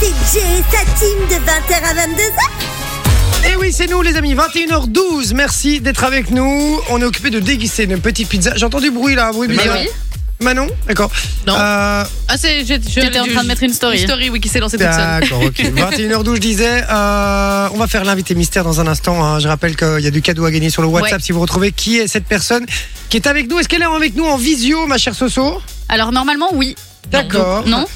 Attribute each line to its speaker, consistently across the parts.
Speaker 1: DJ et sa team de 20h à 22h.
Speaker 2: Et oui, c'est nous les amis, 21h12, merci d'être avec nous. On est occupé de déguister une petite pizza. J'ai entendu bruit là, un bruit
Speaker 3: Bah
Speaker 2: bizarre.
Speaker 4: Manon
Speaker 2: Manon D'accord.
Speaker 4: Non.
Speaker 2: Euh,
Speaker 4: Ah, c'est. je- je-
Speaker 3: J'étais en
Speaker 4: je-
Speaker 3: train de mettre une story.
Speaker 4: Une story, oui, qui s'est lancée toute seule.
Speaker 2: D'accord, ok. 21h12, je disais. euh, on va faire l'invité mystère dans un instant. hein. Je rappelle qu'il y a du cadeau à gagner sur le WhatsApp
Speaker 4: Ouais.
Speaker 2: si vous retrouvez qui est cette personne qui est avec nous. Est-ce qu'elle est avec nous en visio, ma chère Soso
Speaker 3: Alors normalement oui.
Speaker 2: D'accord. Ah,
Speaker 3: Donc, Non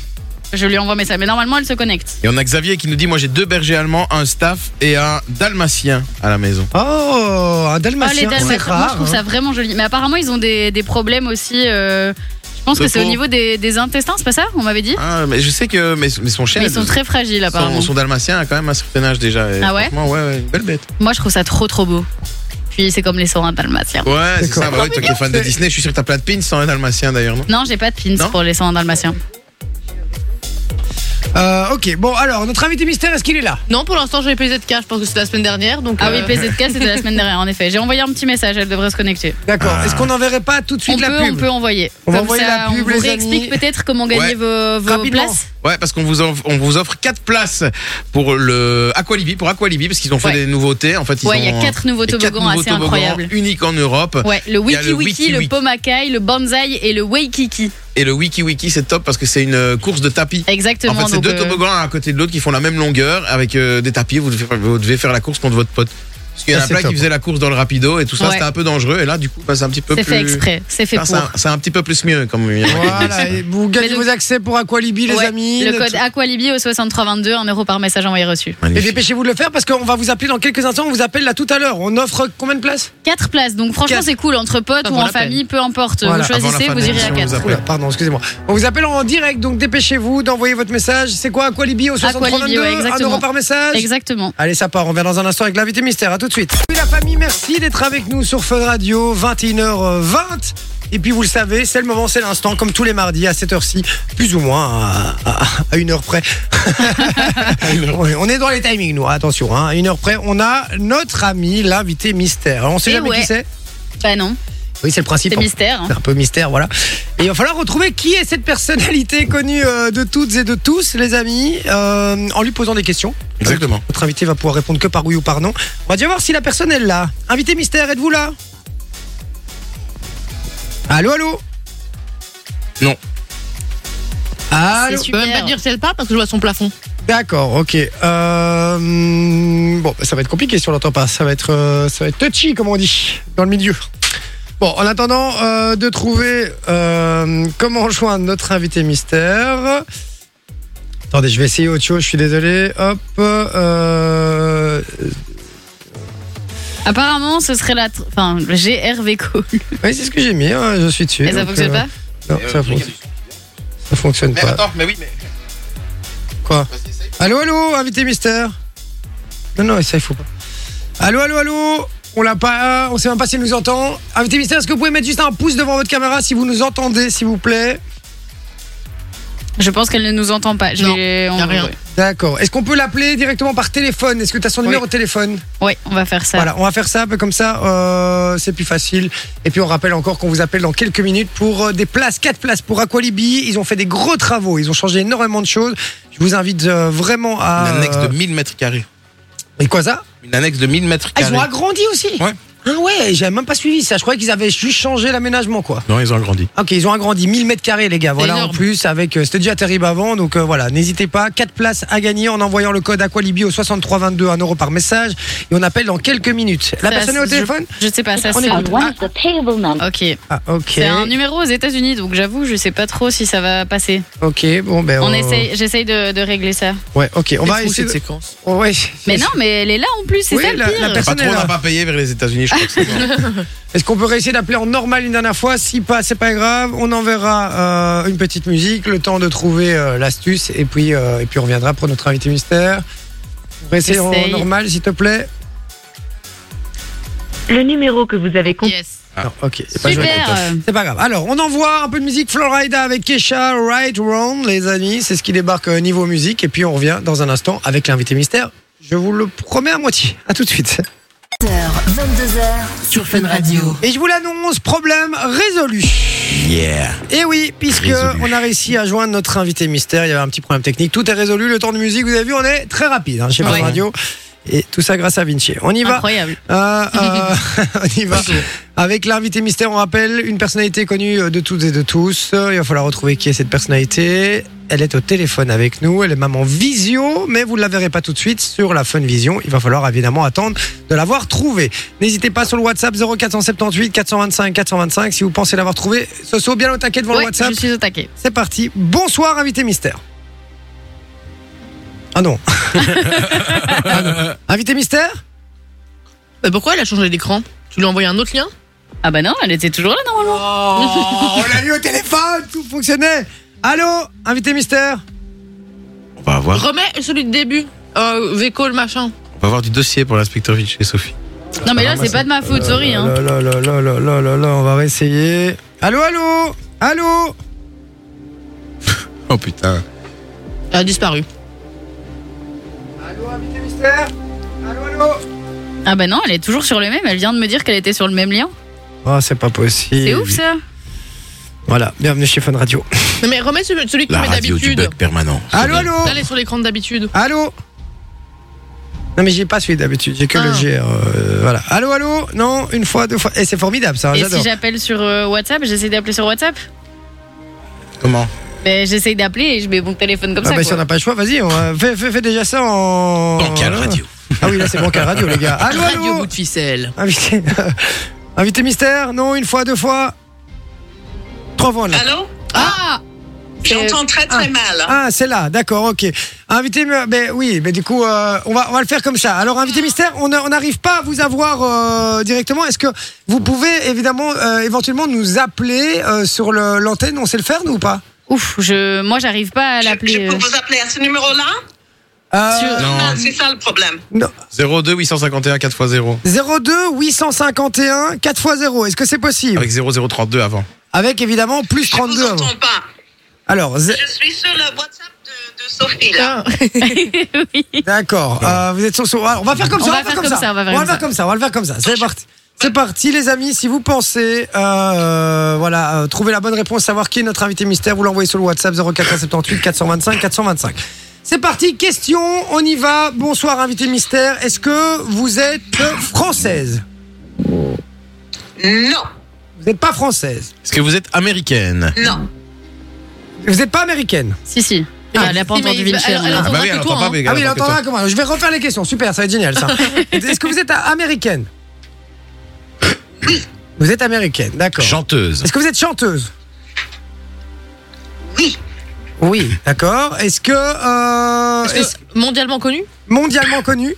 Speaker 3: Je lui envoie un message, mais normalement elle se connecte.
Speaker 5: Et on a Xavier qui nous dit Moi j'ai deux bergers allemands, un staff et un dalmatien à la maison.
Speaker 2: Oh, un
Speaker 3: Oh les
Speaker 2: dalmatien,
Speaker 3: dalmatiens,
Speaker 2: c'est
Speaker 3: moi je
Speaker 2: rare. hein.
Speaker 3: trouve ça vraiment joli. Mais apparemment ils ont des, des problèmes aussi. euh, je pense
Speaker 5: De
Speaker 3: que c'est au
Speaker 5: peau.
Speaker 3: niveau des, des intestins, c'est pas ça On m'avait dit.
Speaker 5: Ah, mais je sais que. Mais, mais son chien.
Speaker 3: mais ils sont très fragiles apparemment.
Speaker 5: son dalmatien a quand même un certain âge déjà. et
Speaker 3: Ah ouais
Speaker 5: franchement, ouais, ouais, une belle bête.
Speaker 3: Moi je trouve ça trop trop beau. Puis c'est comme les serins dalmatiens.
Speaker 5: Ouais, c'est
Speaker 2: D'accord.
Speaker 5: ça. Bah ouais, toi qui es fan de
Speaker 2: C'est-
Speaker 5: Disney, je suis sûr que t'as plein de pins sans un dalmatien d'ailleurs, non
Speaker 3: Non, j'ai pas de pins
Speaker 5: Non
Speaker 3: pour les serins dalmatiens.
Speaker 2: Euh, ok, bon, alors, notre invité mystère, est-ce qu'il est là
Speaker 4: Non, pour l'instant, j'ai PZK, je pense que c'était la semaine dernière. Donc,
Speaker 3: Ah
Speaker 4: euh,
Speaker 3: oui, PZK c'était la semaine dernière en effet. J'ai envoyé un petit message, elle devrait se connecter.
Speaker 2: D'accord. Est-ce qu'on n'enverrait pas tout de
Speaker 3: Ah. On
Speaker 2: suite
Speaker 3: peut,
Speaker 2: la
Speaker 3: on
Speaker 2: pub
Speaker 3: peut envoyer.
Speaker 2: On va
Speaker 3: Comme
Speaker 2: envoyer
Speaker 3: ça,
Speaker 2: la pub,
Speaker 3: on
Speaker 2: les
Speaker 3: vous réexplique
Speaker 2: amis.
Speaker 3: peut-être comment gagner vos, vos
Speaker 2: Rapidement.
Speaker 3: places.
Speaker 5: Ouais, parce qu'on vous, offre- on vous offre quatre places pour le Aqualibi, pour Aqualibi, parce qu'ils ont fait
Speaker 3: Ouais.
Speaker 5: des nouveautés. En fait, ils
Speaker 3: Ouais, il y
Speaker 5: ont-
Speaker 3: a quatre nouveaux
Speaker 5: et quatre
Speaker 3: toboggans
Speaker 5: nouveaux
Speaker 3: assez
Speaker 5: toboggans
Speaker 3: incroyables.
Speaker 5: Uniques en Europe.
Speaker 3: Ouais, le
Speaker 5: Il y a
Speaker 3: Wiki
Speaker 5: le
Speaker 3: Wiki,
Speaker 5: Wiki
Speaker 3: le
Speaker 5: Wiki.
Speaker 3: Pomakai, le Banzai et le Waikiki.
Speaker 5: Et le Wiki Wiki, c'est top parce que c'est une euh, course de tapis.
Speaker 3: Exactement.
Speaker 5: En fait, c'est
Speaker 3: donc,
Speaker 5: deux
Speaker 3: euh,
Speaker 5: toboggans à côté de l'autre qui font la même longueur avec euh, des tapis. Vous devez, vous devez faire la course contre votre pote. Parce qu'il y en
Speaker 2: Ça,
Speaker 5: a
Speaker 2: Ah, c'est
Speaker 5: plein
Speaker 2: top.
Speaker 5: qui faisaient la course dans le rapido et tout ça,
Speaker 3: Ouais.
Speaker 5: c'était un peu dangereux. Et là, du coup, bah, c'est un petit peu
Speaker 3: C'est
Speaker 5: plus.
Speaker 3: fait exprès, c'est fait
Speaker 5: Enfin, c'est
Speaker 3: pour.
Speaker 5: un- c'est un, petit peu plus mieux comme. il y en a qui
Speaker 2: Voilà,
Speaker 5: disent.
Speaker 2: et vous gagnez
Speaker 3: Mais donc-
Speaker 2: vos accès pour Aqualibi, les
Speaker 3: Ouais,
Speaker 2: amis.
Speaker 3: le code Aqualibi au 6322, 1 euro par message envoyé reçu.
Speaker 2: Et
Speaker 5: Magnifique.
Speaker 2: dépêchez-vous de le faire parce qu'on va vous appeler dans quelques instants. On vous appelle là tout à l'heure. On offre combien de places
Speaker 3: 4 places, donc franchement
Speaker 2: Quatre.
Speaker 3: c'est cool, entre potes
Speaker 4: Ça
Speaker 3: ou
Speaker 4: vaut
Speaker 3: en
Speaker 4: la peine.
Speaker 3: famille, peu importe.
Speaker 2: Voilà,
Speaker 3: vous
Speaker 5: avant la
Speaker 3: choisissez,
Speaker 5: fin de
Speaker 3: vous irez à
Speaker 5: l'émission, on vous
Speaker 3: 4.
Speaker 5: appelle.
Speaker 2: Oula, Pardon, excusez-moi. On vous appelle en direct, donc dépêchez-vous d'envoyer votre message. C'est quoi Aqualibi au
Speaker 3: Aqualibi,
Speaker 2: 6322
Speaker 3: ouais,
Speaker 2: 1
Speaker 3: exactement.
Speaker 2: euro par message
Speaker 3: Exactement.
Speaker 2: Allez, ça part. On vient dans un instant avec l'invité mystère. À tout de suite. Salut la famille, merci d'être avec nous sur Fun Radio, 21h20. Et puis, vous le savez, c'est le moment, c'est l'instant, comme tous les mardis à cette heure-ci, plus ou moins à, à- à une heure près. Ouais, on est dans les timings, nous. Attention, hein. à une heure près, on a notre ami, l'invité mystère. Alors, on sait
Speaker 3: Eh
Speaker 2: jamais
Speaker 3: ouais.
Speaker 2: qui c'est.
Speaker 3: Bah non,
Speaker 2: Oui, c'est le principe.
Speaker 3: c'est
Speaker 2: hein.
Speaker 3: mystère. hein.
Speaker 2: C'est un peu mystère, voilà. Et il va falloir retrouver qui est cette personnalité connue euh, de toutes et de tous, les amis, euh, en lui posant des questions.
Speaker 5: Exactement.
Speaker 2: Votre invité va pouvoir répondre que par oui ou par non. On va déjà voir si la personne est là. Invité mystère, êtes-vous là Allô, allô
Speaker 5: Non.
Speaker 2: Allô
Speaker 3: C'est
Speaker 4: Je peux même
Speaker 3: Super.
Speaker 4: pas dire si elle parle parce que je vois son plafond.
Speaker 2: D'accord, ok. Euh, hmm, bon, bah, ça va être compliqué si on l'entend pas. Ça va être, euh, ça va être touchy, comme on dit, dans le milieu. Bon, en attendant euh, de trouver euh, comment joindre notre invité mystère. Attendez, je vais essayer autre chose. Je suis désolé. Hop. euh,
Speaker 3: Apparemment ce serait la. tr- Enfin, GRV Cole.
Speaker 2: Oui, c'est ce que j'ai mis. hein, je suis dessus.
Speaker 3: Et ça
Speaker 2: donc,
Speaker 3: fonctionne
Speaker 2: euh,
Speaker 3: pas
Speaker 2: Non,
Speaker 5: Et, euh,
Speaker 2: ça,
Speaker 5: le truc
Speaker 2: fonctionne- ça fonctionne
Speaker 5: Mais
Speaker 2: pas.
Speaker 5: attends, mais oui, mais.
Speaker 2: Quoi
Speaker 5: Vas-y, essaye.
Speaker 2: Allô, allô, invité mystère Non, non, ça, il faut pas. Allô, allô, allô On l'a pas, on sait même pas s'il nous entend. Invité mystère, est-ce que vous pouvez mettre juste un pouce devant votre caméra si vous nous entendez, s'il vous plaît
Speaker 3: Je pense qu'elle ne nous entend pas. Je
Speaker 4: Non,
Speaker 3: vais- on...
Speaker 4: y a rien.
Speaker 2: D'accord. Est-ce qu'on peut l'appeler directement par téléphone Est-ce que tu as son
Speaker 3: Oui.
Speaker 2: numéro de téléphone
Speaker 3: Ouais, on va faire ça.
Speaker 2: Voilà, on va faire ça, un peu comme ça, euh, c'est plus facile. Et puis on rappelle encore qu'on vous appelle dans quelques minutes pour euh, des places, quatre places pour Aqualibi. Ils ont fait des gros travaux, ils ont changé énormément de choses. Je vous invite euh, vraiment à...
Speaker 5: Une annexe
Speaker 2: euh,
Speaker 5: de 1000 mètres carrés.
Speaker 2: Mais quoi ça
Speaker 5: Une annexe de 1000 mètres
Speaker 2: Ah, ils
Speaker 5: carrés.
Speaker 2: ont agrandi aussi
Speaker 5: Ouais.
Speaker 2: Ah ouais, j'avais même pas suivi ça. Je croyais qu'ils avaient juste changé l'aménagement, quoi.
Speaker 5: Non, ils ont agrandi.
Speaker 2: Ok, ils ont agrandi 1000 mètres carrés, les gars. Voilà, en
Speaker 4: énorme.
Speaker 2: plus, avec. euh, C'était déjà terrible avant, donc euh, voilà, n'hésitez pas. 4 places à gagner en envoyant le code Aqualibi au 6322, 1 euro par message. Et on appelle dans quelques minutes. La
Speaker 3: Ça,
Speaker 2: personne est au
Speaker 3: je-
Speaker 2: téléphone
Speaker 3: Je sais pas, ça
Speaker 2: On
Speaker 3: c'est.
Speaker 2: écoute.
Speaker 3: Ah,
Speaker 1: the payable number.
Speaker 3: Ok.
Speaker 2: Ah, ok.
Speaker 3: C'est un numéro aux États-Unis, donc j'avoue, je sais pas trop si ça va passer.
Speaker 2: Ok, bon, ben.
Speaker 3: On
Speaker 2: euh,
Speaker 3: essaye, j'essaye de, de régler ça.
Speaker 2: Ouais, ok, on
Speaker 4: C'est
Speaker 2: va
Speaker 4: fou,
Speaker 2: essayer.
Speaker 4: cette
Speaker 2: de-
Speaker 4: séquence.
Speaker 2: oh, ouais.
Speaker 3: Mais non, mais elle est là en plus, c'est
Speaker 2: Oui,
Speaker 3: ça le
Speaker 2: la-
Speaker 3: pire.
Speaker 2: la
Speaker 5: Le
Speaker 2: Personne
Speaker 5: patron
Speaker 2: est là.
Speaker 5: n'a pas payé vers les États-Unis, je crois que c'est bon.
Speaker 2: Est-ce qu'on peut réessayer d'appeler en normal une dernière fois Si pas, c'est pas grave. On enverra euh, une petite musique, le temps de trouver euh, l'astuce, et puis euh, et puis on reviendra pour notre invité mystère. Réessayer en
Speaker 3: Essaye.
Speaker 2: normal, s'il te plaît.
Speaker 6: Le numéro que vous avez composé
Speaker 4: Yes.
Speaker 5: Ah.
Speaker 2: Non, ok. C'est pas,
Speaker 5: joué avec
Speaker 3: Super.
Speaker 5: la
Speaker 3: euh,
Speaker 2: c'est pas grave. Alors, on envoie un peu de musique Florida avec Kesha, Right Round, les amis. C'est ce qui débarque euh, niveau musique, et puis on revient dans un instant avec l'invité mystère. Je vous le promets à moitié. À tout de suite.
Speaker 7: 22h sur Fun Radio.
Speaker 2: Et je vous l'annonce, problème résolu.
Speaker 5: Yeah.
Speaker 2: Et oui, puisque
Speaker 5: Résolu.
Speaker 2: on a réussi à joindre notre invité mystère, il y avait un petit problème technique, tout est résolu, le temps de musique, vous avez vu, on est très rapide hein, chez Fun
Speaker 4: Ouais.
Speaker 2: Radio. Et tout ça grâce à Vinci. On y va.
Speaker 4: Incroyable.
Speaker 2: Euh, euh, on y va. Avec l'invité mystère, on rappelle une personnalité connue euh, de toutes et de tous. Il va falloir retrouver qui est cette personnalité. Elle est au téléphone avec nous. Elle est maman visio, mais vous ne la verrez pas tout de suite sur la Fun Vision. Il va falloir évidemment attendre de l'avoir trouvée. N'hésitez pas sur le WhatsApp 0478 425 425 si vous pensez l'avoir trouvée. Soso, bien au taquet devant
Speaker 3: Ouais,
Speaker 2: le WhatsApp.
Speaker 3: je suis au taquet.
Speaker 2: C'est parti. Bonsoir, invité mystère. Ah non. Ah non. Invité mystère
Speaker 4: Bah, pourquoi elle a changé d'écran Tu lui as envoyé un autre lien
Speaker 3: Ah bah non, elle était toujours là normalement.
Speaker 2: Oh, On l'a eu au téléphone, tout fonctionnait. Allô, invité mystère
Speaker 5: On va avoir,
Speaker 4: Remets celui de début. Euh, Véco, le machin.
Speaker 5: on va avoir du dossier pour l'inspecteur Vilch et Sophie.
Speaker 3: Non mais là,
Speaker 2: ramassé.
Speaker 3: c'est pas de ma faute, sorry. Hein.
Speaker 2: euh, Là, là, là, là, là, là, là, là, on va réessayer. Allô, allô Allô
Speaker 5: Oh putain.
Speaker 4: Elle a disparu.
Speaker 2: Allô, invité mystère Allô, allô
Speaker 3: Ah bah non, elle est toujours sur le même. Elle vient de me dire qu'elle était sur le même lien.
Speaker 2: Oh, c'est pas possible.
Speaker 3: C'est ouf ça.
Speaker 2: Voilà, bienvenue chez Fun Radio.
Speaker 4: Non, mais remets celui celui que tu
Speaker 5: La
Speaker 4: mets
Speaker 5: radio du
Speaker 4: d'habitude.
Speaker 5: bug permanent.
Speaker 2: Allô, allô
Speaker 4: Là, elle est sur l'écran de d'habitude.
Speaker 2: Allô non mais j'ai pas celui d'habitude, j'ai que le
Speaker 4: Ah.
Speaker 2: GR. euh, voilà. Allô, allô Non, une fois, deux fois. Et c'est formidable ça,
Speaker 3: Et
Speaker 2: Ah, j'adore.
Speaker 3: si j'appelle sur euh, WhatsApp, j'essaie d'appeler sur WhatsApp.
Speaker 5: Comment
Speaker 3: Ben j'essaie d'appeler et je mets mon téléphone comme
Speaker 2: Ah
Speaker 3: ça.
Speaker 2: bah, si on
Speaker 3: quoi.
Speaker 2: n'a pas le choix, vas-y, on va- fais, fais- fais déjà ça en.
Speaker 5: Bancal radio.
Speaker 2: Ah oui, là c'est bancal radio, les gars. Allô,
Speaker 4: Radio
Speaker 2: allô
Speaker 4: bout de ficelle.
Speaker 2: Invité, euh, Invité mystère, non, une fois, deux fois. Trois fois là.
Speaker 8: Allô
Speaker 3: Ah
Speaker 4: euh,
Speaker 8: J'entends très très mal.
Speaker 2: Ah, c'est là, d'accord, ok. Invité, me- ben oui, mais du coup, euh, on, va, on va le faire comme ça. Alors, invité mystère, on a- on n'arrive pas à vous avoir euh, directement. Est-ce que vous pouvez évidemment, euh, éventuellement, nous appeler euh, sur le- l'antenne On sait le faire, nous ou pas
Speaker 3: Ouf, je, moi j'arrive pas à
Speaker 8: Je, je
Speaker 3: l'appeler.
Speaker 8: peux
Speaker 3: euh.
Speaker 8: vous appeler à ce numéro-là
Speaker 2: Euh,
Speaker 8: Ah,
Speaker 5: Non.
Speaker 8: C'est ça le problème.
Speaker 5: 02 851 4x0.
Speaker 2: 02 851 4x0, est-ce que c'est possible
Speaker 5: Avec 0032 avant.
Speaker 2: Avec évidemment plus
Speaker 8: Ah Je vous
Speaker 2: 32. avant.
Speaker 8: entends pas.
Speaker 2: Alors, ze-
Speaker 8: Je suis sur le WhatsApp de, de Sophie là.
Speaker 2: d'accord. euh, vous êtes sur, sur- alors, on va faire comme
Speaker 3: On
Speaker 2: ça.
Speaker 3: va faire comme ça, on va faire
Speaker 2: On va
Speaker 3: comme
Speaker 2: le faire
Speaker 3: ça.
Speaker 2: comme ça. On va le faire comme ça. C'est parti. C'est parti, les amis. Si vous pensez, euh, voilà, euh, trouver la bonne réponse, savoir qui est notre invité mystère, vous l'envoyez sur le WhatsApp 0478 425 425. C'est parti. Question. On y va. Bonsoir, invité mystère. Est-ce que vous êtes française
Speaker 8: Non,
Speaker 2: Vous n'êtes pas française.
Speaker 5: Est-ce que vous êtes américaine
Speaker 8: non.
Speaker 2: Vous n'êtes pas américaine.
Speaker 3: Si, si. Ah, elle a pas
Speaker 4: Si, mais
Speaker 3: entendu
Speaker 4: il va-
Speaker 3: Vinci,
Speaker 4: elle-
Speaker 3: elle,
Speaker 4: elle
Speaker 3: là.
Speaker 5: Ah
Speaker 4: entendra
Speaker 5: bah oui,
Speaker 4: que
Speaker 5: elle
Speaker 4: toi,
Speaker 5: entend pas,
Speaker 4: hein.
Speaker 5: mais elle
Speaker 2: Ah oui,
Speaker 5: entend que
Speaker 2: alors, attends,
Speaker 5: toi.
Speaker 2: comment Je vais refaire les questions. Super, ça va être génial ça. Est-ce que vous êtes américaine Vous êtes américaine, d'accord.
Speaker 5: Chanteuse.
Speaker 2: Est-ce que vous êtes chanteuse
Speaker 8: Oui.
Speaker 2: Oui, d'accord. Est-ce que, euh,
Speaker 4: Parce que
Speaker 2: est-ce
Speaker 4: mondialement connu
Speaker 2: mondialement connue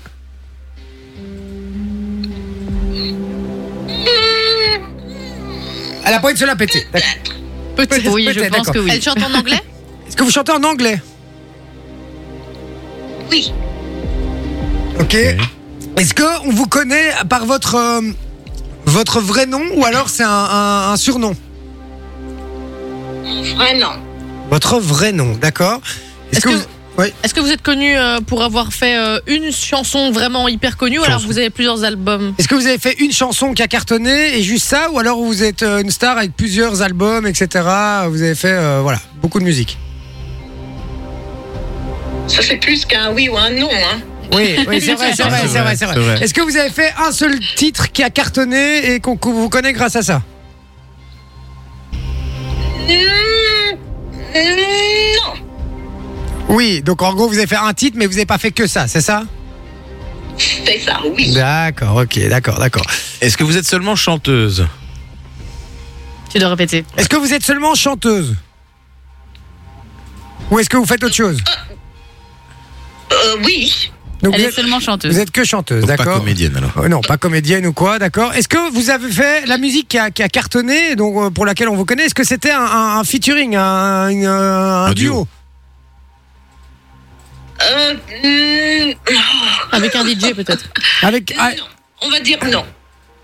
Speaker 2: Elle a pas envie de se la péter. d'accord.
Speaker 4: Peut-être.
Speaker 3: Oui, je
Speaker 2: peut-être,
Speaker 3: pense
Speaker 2: d'accord.
Speaker 3: que oui.
Speaker 4: Elle chante en anglais
Speaker 2: Est-ce que vous chantez en anglais
Speaker 8: Oui.
Speaker 2: Ok. Est-ce que on vous connaît par votre euh, votre vrai nom ou alors c'est un- un- un surnom
Speaker 8: Vraiment.
Speaker 2: Votre vrai nom, d'accord Est-ce
Speaker 4: Est-ce
Speaker 2: que,
Speaker 4: que-
Speaker 2: vous- Oui.
Speaker 4: Est-ce que vous êtes connu euh, pour avoir fait euh, une chanson vraiment hyper connue ou alors
Speaker 5: Chanson.
Speaker 4: vous avez plusieurs albums
Speaker 2: Est-ce que vous avez fait une chanson qui a cartonné et juste ça Ou alors vous êtes euh, une star avec plusieurs albums, etc. Vous avez fait euh, voilà, beaucoup de musique.
Speaker 8: Ça c'est plus qu'un oui ou un non. Hein.
Speaker 2: Oui, oui c'est vrai, c'est
Speaker 5: Ah,
Speaker 2: vrai, c'est vrai. c'est vrai. Est-ce que vous avez fait un seul titre qui a cartonné et qu'on qu'on vous connaît grâce à ça
Speaker 8: Mm, mm, Non.
Speaker 2: Oui, donc en gros vous avez fait un titre mais vous n'avez pas fait que ça, c'est ça
Speaker 8: C'est ça,
Speaker 2: Ben.
Speaker 8: oui.
Speaker 2: D'accord, ok, d'accord, d'accord.
Speaker 5: Est-ce que vous êtes seulement chanteuse
Speaker 3: Tu dois répéter.
Speaker 2: Est-ce que vous êtes seulement chanteuse Ou est-ce que vous faites autre chose
Speaker 8: Euh, oui.
Speaker 2: donc
Speaker 3: Elle
Speaker 2: vous,
Speaker 3: est
Speaker 2: êtes,
Speaker 3: seulement
Speaker 2: vous
Speaker 3: chanteuse.
Speaker 2: êtes que chanteuse,
Speaker 5: Donc pas
Speaker 2: d'accord
Speaker 5: comédienne alors.
Speaker 2: Oh non, pas comédienne ou quoi, d'accord. Est-ce que vous avez fait la musique qui a, qui a cartonné, donc euh, pour laquelle on vous connaît Est-ce que c'était un, un- un featuring, un, une, euh, un
Speaker 5: Un
Speaker 2: duo,
Speaker 5: duo.
Speaker 8: Euh, mm, oh,
Speaker 4: Avec un DJ peut-être
Speaker 2: Avec, ah,
Speaker 8: non. On va dire non.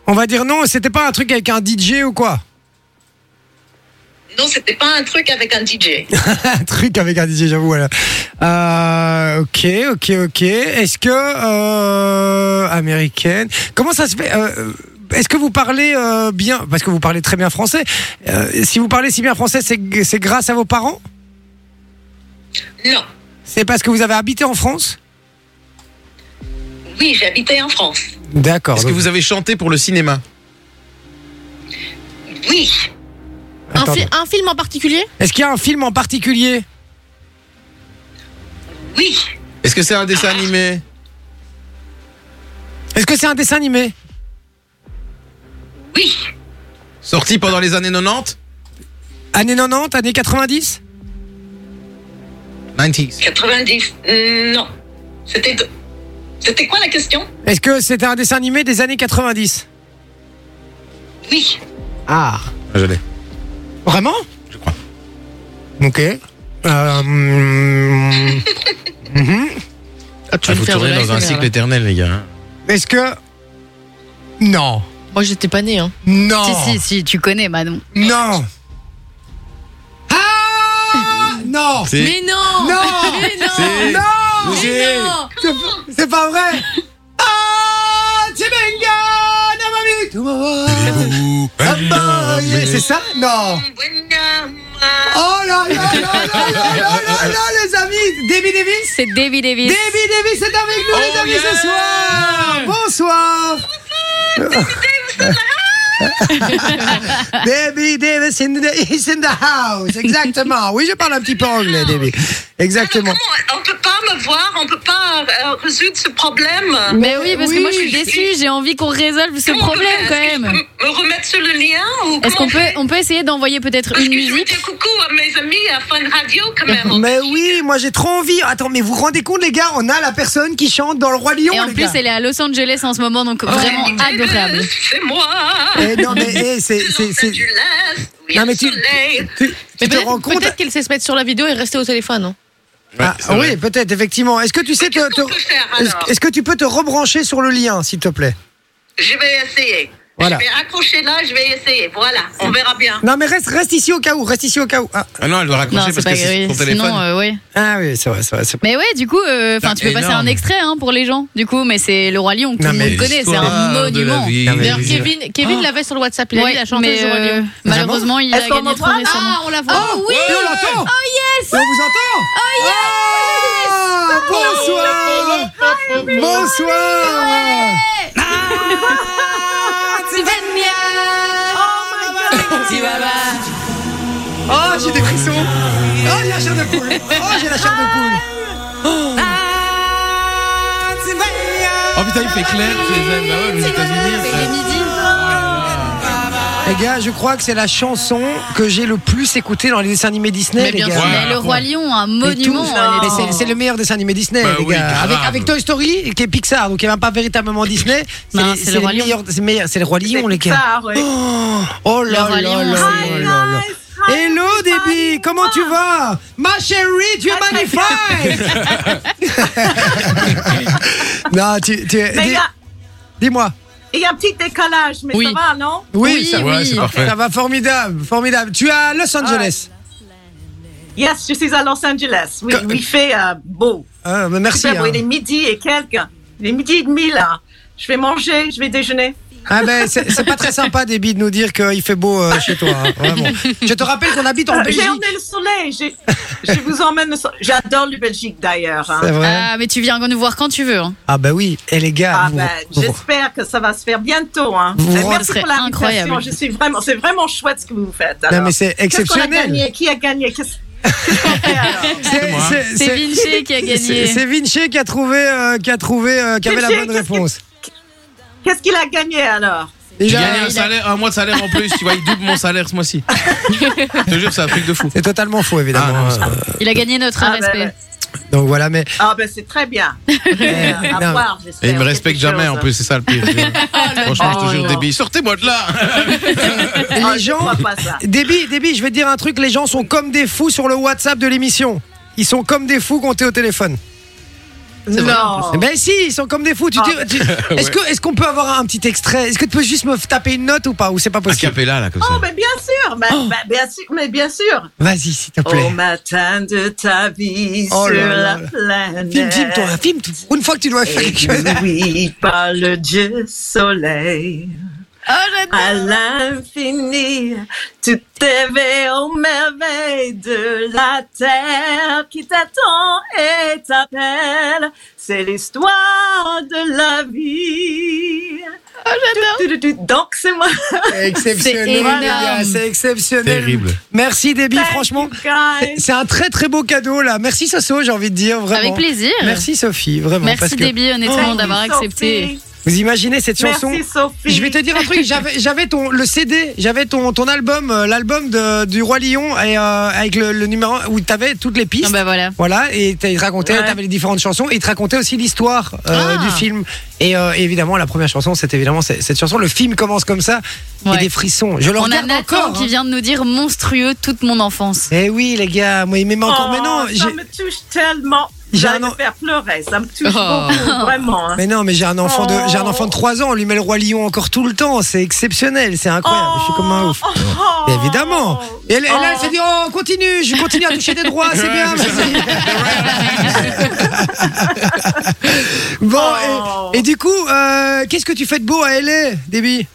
Speaker 2: on va dire non, c'était pas un truc avec un DJ ou quoi
Speaker 8: Non, c'était pas un truc avec un DJ.
Speaker 2: Un truc avec un DJ, j'avoue. Voilà. Euh, ok, ok, ok. Est-ce que euh, américaine Comment ça se fait euh, Est-ce que vous parlez euh, bien Parce que vous parlez très bien français. Euh, si vous parlez si bien français, c'est c'est grâce à vos parents
Speaker 8: Non.
Speaker 2: C'est parce que vous avez habité en France
Speaker 8: Oui, j'habitais en France.
Speaker 2: D'accord.
Speaker 5: Est-ce que vous avez chanté pour le cinéma
Speaker 8: Oui.
Speaker 4: Un,
Speaker 2: Attendez.
Speaker 4: fi- un film en particulier
Speaker 2: Est-ce qu'il y a un film en particulier
Speaker 8: Oui.
Speaker 5: Est-ce que c'est un dessin animé
Speaker 2: Est-ce que c'est un dessin animé
Speaker 8: Oui.
Speaker 5: sorti pendant les années 90
Speaker 2: Années 90, années 90
Speaker 5: 90s.
Speaker 8: 90. Mm, Non. C'était. C'était quoi la question
Speaker 2: Est-ce que c'était un dessin animé des années 90
Speaker 8: Oui.
Speaker 2: Ah.
Speaker 5: Ah, je l'ai.
Speaker 2: Vraiment Je
Speaker 5: crois.
Speaker 2: Ok. Euh, mm, mhm.
Speaker 4: ah, Tu vas
Speaker 5: Ah,
Speaker 4: me
Speaker 5: vous
Speaker 4: faire
Speaker 5: tournez
Speaker 4: de la
Speaker 5: dans un
Speaker 4: ASMR,
Speaker 5: cycle
Speaker 4: là.
Speaker 5: éternel, les gars. hein.
Speaker 2: Est-ce que. Non.
Speaker 4: Moi, j'étais pas né. Hein.
Speaker 2: Non.
Speaker 3: Si, si,
Speaker 5: Oh.
Speaker 3: si, tu connais Manon.
Speaker 2: Non. Ah Non
Speaker 5: C'est-
Speaker 4: Mais non
Speaker 2: Non
Speaker 4: Mais non
Speaker 5: C'est-
Speaker 2: Non
Speaker 5: C'est-
Speaker 4: Non
Speaker 2: C'est pas- C'est pas vrai Ah Tchebenga Namami Tomorrow. Ah, bah, yeah, C'est ça Non Oh là là là là là là là là, les amis Debbie Davis
Speaker 3: C'est David Davis.
Speaker 2: Debbie Davis est avec
Speaker 5: Oh,
Speaker 2: nous, les amis, ce soir. Bonsoir. Debbie Davis in the, is in the house. Exactement. Oui, je parle un petit peu anglais, Debbie. Exactement.
Speaker 8: Comment On peut pas me voir, on peut pas euh, résoudre ce problème.
Speaker 3: Mais oui, parce que moi je suis
Speaker 8: Oui.
Speaker 3: déçue, j'ai envie qu'on résolve ce
Speaker 8: Comment on peut
Speaker 3: problème
Speaker 8: faire
Speaker 3: quand
Speaker 8: Est-ce que
Speaker 3: même.
Speaker 8: je peux Me remettre sur le lien ou
Speaker 3: Est-ce qu'on
Speaker 8: comment on
Speaker 3: peut,
Speaker 8: fait
Speaker 3: on peut essayer d'envoyer peut-être
Speaker 8: Parce
Speaker 3: une
Speaker 8: que je veux
Speaker 3: musique
Speaker 8: dire coucou à mes amis à Fun Radio quand même.
Speaker 2: Mais oui, moi j'ai trop envie. Attends, mais vous vous rendez compte, les gars, on a la personne qui chante dans le Roi Lion,
Speaker 3: Et en
Speaker 2: les
Speaker 3: plus,
Speaker 2: gars.
Speaker 3: elle est à Los Angeles en ce moment, donc
Speaker 8: Oh,
Speaker 3: vraiment
Speaker 4: Oh.
Speaker 3: adorable.
Speaker 8: C'est moi.
Speaker 2: Eh, non, mais eh, c'est. c'est- c'est-
Speaker 8: Du lest, oui,
Speaker 2: Non,
Speaker 8: le
Speaker 2: mais tu-
Speaker 8: soleil.
Speaker 2: Tu, tu
Speaker 4: Mais
Speaker 2: te rends
Speaker 4: peut-être
Speaker 2: compte
Speaker 4: peut-être qu'elle sait se mettre sur la vidéo et rester au téléphone. hein.
Speaker 2: Ah,
Speaker 5: c'est vrai.
Speaker 2: Oui, peut-être, effectivement. Est-ce que tu sais.
Speaker 8: Qu'est-ce
Speaker 2: te-
Speaker 8: qu'on
Speaker 2: te-
Speaker 8: peut faire
Speaker 2: Est-ce
Speaker 8: alors
Speaker 2: est-ce que tu peux te rebrancher sur le lien, s'il te plaît
Speaker 8: Je vais essayer.
Speaker 2: Voilà.
Speaker 8: Je vais accrocher là, je vais essayer. Voilà, on verra bien.
Speaker 2: Non, mais reste, reste ici au cas où. Reste ici au cas où. Ah,
Speaker 5: Ah non, elle doit
Speaker 3: Non,
Speaker 5: raccrocher
Speaker 3: c'est
Speaker 5: parce
Speaker 3: pas
Speaker 5: que c'est
Speaker 3: grave.
Speaker 5: son téléphone.
Speaker 3: Sinon, euh, ouais.
Speaker 2: ah oui, c'est vrai, c'est vrai. c'est-
Speaker 3: Mais ouais, du coup, euh, enfin, tu peux passer
Speaker 5: Énorme.
Speaker 3: un extrait hein, pour les gens. Du coup, mais c'est le roi lion que
Speaker 2: Non,
Speaker 3: tout le
Speaker 2: mais
Speaker 3: monde connaît, c'est un
Speaker 5: Histoire de la
Speaker 3: monument.
Speaker 5: vie.
Speaker 2: Non, mais-
Speaker 4: D'ailleurs, Kevin, Kevin
Speaker 5: Ah.
Speaker 4: l'avait sur le WhatsApp, il a
Speaker 3: Ouais,
Speaker 4: dit la chanteuse
Speaker 3: mais,
Speaker 4: du Roi
Speaker 3: euh,
Speaker 4: Lion.
Speaker 3: malheureusement, il
Speaker 1: Est-ce
Speaker 3: a
Speaker 1: qu'on
Speaker 3: gagné trop
Speaker 1: m'entend
Speaker 3: récemment.
Speaker 4: Ah, on la voit.
Speaker 2: oui Et on l'entend Oh yes on vous entend Oh yes Bonsoir Bonsoir Ah, Oh j'ai des frissons Oh j'ai la chair de poule Oh j'ai la chair de poule Ah,
Speaker 5: Oh putain, il fait clair chez les amis. Bah ouais, aux
Speaker 2: hein.
Speaker 5: États-Unis.
Speaker 2: Les gars, je crois que c'est la chanson que j'ai le plus écoutée dans les dessins animés Disney,
Speaker 4: Mais
Speaker 2: les
Speaker 4: bien
Speaker 2: gars.
Speaker 4: sûr.
Speaker 5: Ouais.
Speaker 3: Mais le roi lion, un
Speaker 2: Mais
Speaker 3: monument.
Speaker 2: tous,
Speaker 3: elle est-
Speaker 2: mais c'est- c'est le meilleur dessin animé Disney,
Speaker 5: Bah
Speaker 2: les
Speaker 5: oui,
Speaker 2: gars.
Speaker 5: grave.
Speaker 2: avec, avec Toy Story, qui est Pixar, donc il n'y a même pas véritablement Disney. C'est
Speaker 3: Non,
Speaker 2: les-
Speaker 3: c'est
Speaker 2: c'est
Speaker 3: le
Speaker 2: les
Speaker 3: Roi Lion.
Speaker 2: meilleurs- c'est le meilleur- c'est le Roi Lion, les gars. Oh, oh là
Speaker 3: Laura
Speaker 2: là là
Speaker 3: Léon.
Speaker 2: là
Speaker 3: Hi,
Speaker 2: là là. Hello Debbie, comment tu vas Ma chérie,
Speaker 7: Ah,
Speaker 2: tu es magnifique Non, tu, tu es-
Speaker 7: Mais il
Speaker 2: dis-
Speaker 7: y, a-
Speaker 2: Dis-moi.
Speaker 7: il y a un petit décalage, mais
Speaker 4: Oui.
Speaker 7: ça va, non
Speaker 2: Oui,
Speaker 3: Oui,
Speaker 2: ça,
Speaker 3: oui.
Speaker 5: Ouais, c'est parfait.
Speaker 2: ça va formidable, formidable. Tu es à Los Angeles.
Speaker 7: Yes, je suis à Los Angeles. Oui,
Speaker 2: Que-
Speaker 7: oui, il fait euh, beau.
Speaker 2: Ah, mais merci.
Speaker 7: Super beau.
Speaker 2: hein.
Speaker 7: Il est midi et quelques. Il est midi et demi, là. Je vais manger, je vais déjeuner.
Speaker 2: Ah ben, c'est c'est pas très sympa Debbie de nous dire qu'il fait beau euh, chez toi. hein, vraiment. Je te rappelle qu'on habite en
Speaker 7: Euh, J'ai
Speaker 2: Belgique.
Speaker 7: emmené le soleil. j'ai- Je vous emmène le soleil. J'adore le Belgique, d'ailleurs. hein.
Speaker 2: C'est vrai.
Speaker 3: Ah, mais tu viens nous voir quand tu veux. hein.
Speaker 2: Ah ben oui. Et les gars,
Speaker 7: Ah
Speaker 2: vous-
Speaker 7: ben,
Speaker 2: vous-
Speaker 7: j'espère que ça va se faire bientôt. Hein.
Speaker 2: Vous
Speaker 7: Euh,
Speaker 2: vous
Speaker 7: Merci
Speaker 3: rendez-
Speaker 7: pour l'invitation.
Speaker 3: Incroyable.
Speaker 7: Je suis vraiment, c'est vraiment chouette ce que vous faites. alors.
Speaker 2: non mais c'est
Speaker 7: Qu'est-ce qu'on a
Speaker 2: exceptionnel.
Speaker 7: gagné Qui a gagné Qu'est-ce qu'est-ce qu'on fait alors
Speaker 2: C'est-
Speaker 5: moi.
Speaker 2: c'est-
Speaker 3: C'est
Speaker 2: c'est-
Speaker 3: Vinci qui a
Speaker 2: C'est
Speaker 3: gagné.
Speaker 2: c'est Vinci qui a trouvé, euh, qui a trouvé, euh, qui avait la
Speaker 7: Vinci,
Speaker 2: bonne
Speaker 7: qu'est-ce
Speaker 2: réponse.
Speaker 7: Qu'est-ce qu'il a gagné alors
Speaker 5: J'ai
Speaker 2: Il a-
Speaker 5: gagné un, salaire, un mois de salaire en plus, tu vois, il double mon salaire ce mois-ci. Je te jure, c'est un truc de fou.
Speaker 2: C'est totalement faux, évidemment.
Speaker 5: Ah, non,
Speaker 2: Euh,
Speaker 3: Il a gagné notre
Speaker 7: Ah,
Speaker 3: respect.
Speaker 7: ben,
Speaker 2: donc voilà, mais
Speaker 7: Ah ben c'est très bien. Euh,
Speaker 2: non.
Speaker 7: à voir, j'espère,
Speaker 5: Et il me
Speaker 7: quelque
Speaker 5: respecte jamais en
Speaker 7: chose.
Speaker 5: plus, c'est ça le pire. tu vois. Franchement, je te
Speaker 7: hein. Oh,
Speaker 5: jure,
Speaker 7: non.
Speaker 5: débile. Sortez-moi de là
Speaker 7: Ah,
Speaker 2: les
Speaker 7: je
Speaker 2: gens,
Speaker 7: crois pas ça.
Speaker 2: Débi, Débi, je vais te dire un truc. Les gens sont comme des fous sur le WhatsApp de l'émission. Ils sont comme des fous comptés au téléphone.
Speaker 4: C'est vrai,
Speaker 7: Non.
Speaker 2: Ben si, ils sont comme des fous. Tu
Speaker 7: Ah,
Speaker 2: dis- tu- Est-ce que- est-ce qu'on peut avoir un petit extrait Est-ce que tu peux juste me taper une note ou pas Ou c'est pas
Speaker 5: A
Speaker 2: possible
Speaker 5: cappella, là, comme
Speaker 7: Oh,
Speaker 5: ça.
Speaker 7: mais bien sûr, mais,
Speaker 2: Oh.
Speaker 7: mais bien sûr, mais bien sûr.
Speaker 2: Vas-y, s'il te
Speaker 7: Au
Speaker 2: plaît.
Speaker 7: matin de ta vie
Speaker 2: Oh là
Speaker 7: sur
Speaker 2: là
Speaker 7: la
Speaker 2: là.
Speaker 7: planète.
Speaker 2: Film, film, toi, film. tout- Une fois que tu dois faire
Speaker 7: Et
Speaker 2: quelque chose.
Speaker 7: oui, par le Dieu soleil. Oh, À l'infini, tu t'éveilles aux merveilles de la terre qui t'attend et t'appelle. C'est l'histoire de la vie.
Speaker 3: Ah,
Speaker 7: Tu, tu, tu, tu. Donc c'est moi.
Speaker 2: Exceptionnel,
Speaker 3: C'est
Speaker 2: les
Speaker 3: énorme.
Speaker 2: gars, c'est exceptionnel.
Speaker 5: Terrible.
Speaker 2: Merci, Déby,
Speaker 7: Thank
Speaker 2: franchement.
Speaker 7: you, guys.
Speaker 2: c'est- C'est un très très beau cadeau là. Merci Soso, j'ai envie de dire vraiment.
Speaker 3: Avec plaisir.
Speaker 2: Merci Sophie, vraiment. parce
Speaker 3: Merci
Speaker 2: que
Speaker 3: Déby, honnêtement,
Speaker 7: Thank
Speaker 3: d'avoir
Speaker 7: you,
Speaker 3: accepté.
Speaker 7: Sophie.
Speaker 2: vous imaginez cette chanson
Speaker 7: Merci Sophie.
Speaker 2: Je vais te dire un truc, j'avais j'avais ton le CD, j'avais ton ton album, euh, l'album de- du roi Lion et euh, avec le, le numéro un où t'avais toutes les pistes.
Speaker 3: Ah bah voilà.
Speaker 2: Voilà, et t'as- il te racontait,
Speaker 7: Ouais.
Speaker 2: t'avais les différentes chansons, et il te racontait aussi l'histoire euh,
Speaker 3: Ah.
Speaker 2: du film. Et euh, évidemment, la première chanson, c'est évidemment ce- cette chanson. Le film commence comme ça, et
Speaker 3: Ouais.
Speaker 2: des frissons. Je le
Speaker 3: On a
Speaker 2: regarde
Speaker 3: Nathan
Speaker 2: encore. hein.
Speaker 3: qui vient de nous dire monstrueux toute mon enfance.
Speaker 2: Eh oui, les gars, moi, il m'aime encore.
Speaker 7: Oh,
Speaker 2: mais non,
Speaker 7: ça
Speaker 2: j'ai-
Speaker 7: me touche tellement.
Speaker 2: J'ai
Speaker 7: J'allais
Speaker 2: un
Speaker 7: me
Speaker 2: an-
Speaker 7: faire pleurer. Ça me touche
Speaker 4: Oh.
Speaker 7: beaucoup, vraiment. hein.
Speaker 2: mais non, mais j'ai un enfant de,
Speaker 7: Oh.
Speaker 2: j'ai un enfant de 3 ans. On lui met le roi lion encore tout le temps. C'est exceptionnel, c'est incroyable. Je suis comme un ouf.
Speaker 7: Oh, oh,
Speaker 2: Mais évidemment. Et, elle- et là, elle
Speaker 7: Oh.
Speaker 2: s'est dit, oh, continue, je continue à toucher des droits, c'est bien. merci. bon,
Speaker 7: Oh.
Speaker 2: et, et du coup, euh, qu'est-ce que tu fais de beau à LA, Déby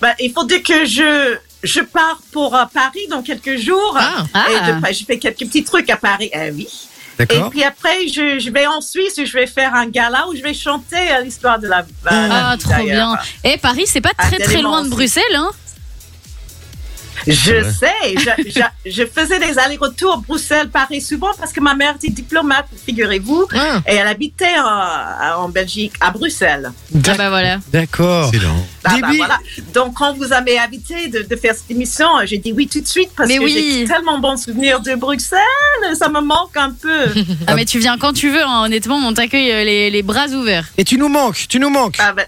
Speaker 7: Bah, il faut dire que je, je pars pour euh, Paris dans quelques jours.
Speaker 4: Ah.
Speaker 3: Ah.
Speaker 7: Et de- je fais quelques petits trucs à Paris. Eh oui. Et puis après, je, je vais en Suisse et je vais faire un gala où je vais chanter euh, l'histoire de la.
Speaker 3: Ah, trop bien. Eh, Paris, c'est pas
Speaker 7: Ah,
Speaker 3: très très
Speaker 7: tellement
Speaker 3: loin de
Speaker 7: aussi.
Speaker 3: Bruxelles, hein
Speaker 7: Je
Speaker 5: Ouais.
Speaker 7: sais. Je, je- je faisais des allers-retours Bruxelles-Paris souvent parce que ma mère était diplomate, figurez-vous.
Speaker 4: Ah.
Speaker 7: Et elle habitait euh, en, Belgique, à Bruxelles.
Speaker 3: Ah bah voilà.
Speaker 2: D'accord.
Speaker 5: Excellent.
Speaker 7: Ah, bah,
Speaker 2: Début.
Speaker 7: voilà. Donc, quand vous avez invité de, de faire cette émission, euh, j'ai dit oui tout de suite parce
Speaker 3: Mais
Speaker 7: que
Speaker 3: oui.
Speaker 7: j'ai tellement bons souvenirs de Bruxelles. Ça me manque un peu.
Speaker 3: Ah, mais tu viens quand tu veux, hein, honnêtement, on t'accueille euh, les, les bras ouverts.
Speaker 2: Et tu nous manques, tu nous manques.
Speaker 7: ah, ben,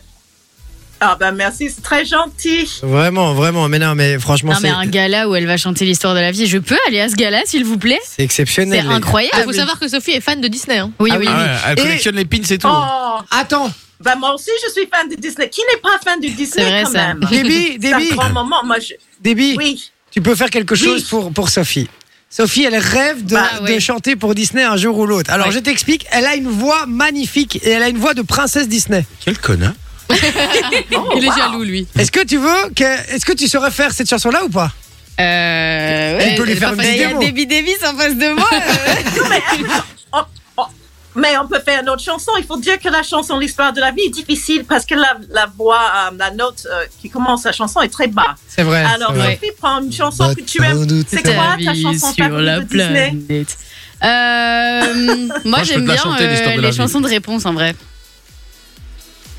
Speaker 7: ah, ben, merci, c'est très gentil.
Speaker 2: Vraiment, vraiment. Mais non, mais franchement,
Speaker 3: Non, mais
Speaker 2: c'est
Speaker 3: un gala où elle va chanter l'histoire de la vie, je peux aller à ce gala, s'il vous plaît
Speaker 2: c'est exceptionnel.
Speaker 3: C'est
Speaker 2: les gars.
Speaker 3: incroyable.
Speaker 4: Il faut savoir que Sophie est fan de Disney. hein.
Speaker 3: Oui,
Speaker 2: Ah
Speaker 3: oui,
Speaker 2: oui.
Speaker 5: Ah
Speaker 3: oui.
Speaker 5: ouais, elle
Speaker 2: Et-
Speaker 5: collectionne les pins et tout.
Speaker 7: Oh,
Speaker 2: Attends,
Speaker 7: ben, moi aussi, je suis fan de Disney. Qui n'est pas fan de Disney
Speaker 3: vrai,
Speaker 7: quand
Speaker 3: ça.
Speaker 7: même
Speaker 2: Déby,
Speaker 7: C'est un
Speaker 2: Déby,
Speaker 7: grand moment. Moi, je-
Speaker 2: Déby,
Speaker 7: Oui,
Speaker 2: tu peux faire quelque chose
Speaker 7: Oui.
Speaker 2: pour, pour Sophie. Sophie, elle rêve de,
Speaker 3: Bah,
Speaker 2: de
Speaker 3: oui.
Speaker 2: chanter pour Disney un jour ou l'autre. Alors,
Speaker 4: Oui.
Speaker 2: je t'explique, elle a une voix magnifique et elle a une voix de princesse Disney.
Speaker 5: Quel connard.
Speaker 4: Il est jaloux, lui.
Speaker 2: Est-ce que tu veux que, est-ce que tu saurais faire cette chanson-là ou pas
Speaker 3: Euh,
Speaker 2: On peut lui faire une
Speaker 3: pas facile. Il y a
Speaker 2: démo.
Speaker 3: Debbie Davis en face de moi.
Speaker 7: euh, oh, mais on peut faire une autre chanson. Il faut dire que la chanson L'histoire de la vie est difficile parce que la, la voix, euh, la note euh, qui commence la chanson est très basse.
Speaker 2: C'est vrai.
Speaker 7: Alors,
Speaker 4: vrai.
Speaker 7: Sophie, prends une chanson que tu aimes. C'est
Speaker 3: Ta
Speaker 7: quoi ta
Speaker 3: vie
Speaker 7: chanson
Speaker 3: sur
Speaker 7: favorite
Speaker 3: la
Speaker 7: de Disney
Speaker 3: planète. Euh, moi,
Speaker 5: je peux
Speaker 3: j'aime
Speaker 5: te la
Speaker 3: bien
Speaker 5: chanter,
Speaker 3: euh,
Speaker 5: l'histoire de la
Speaker 3: les
Speaker 5: vie.
Speaker 3: chansons de réponse en vrai.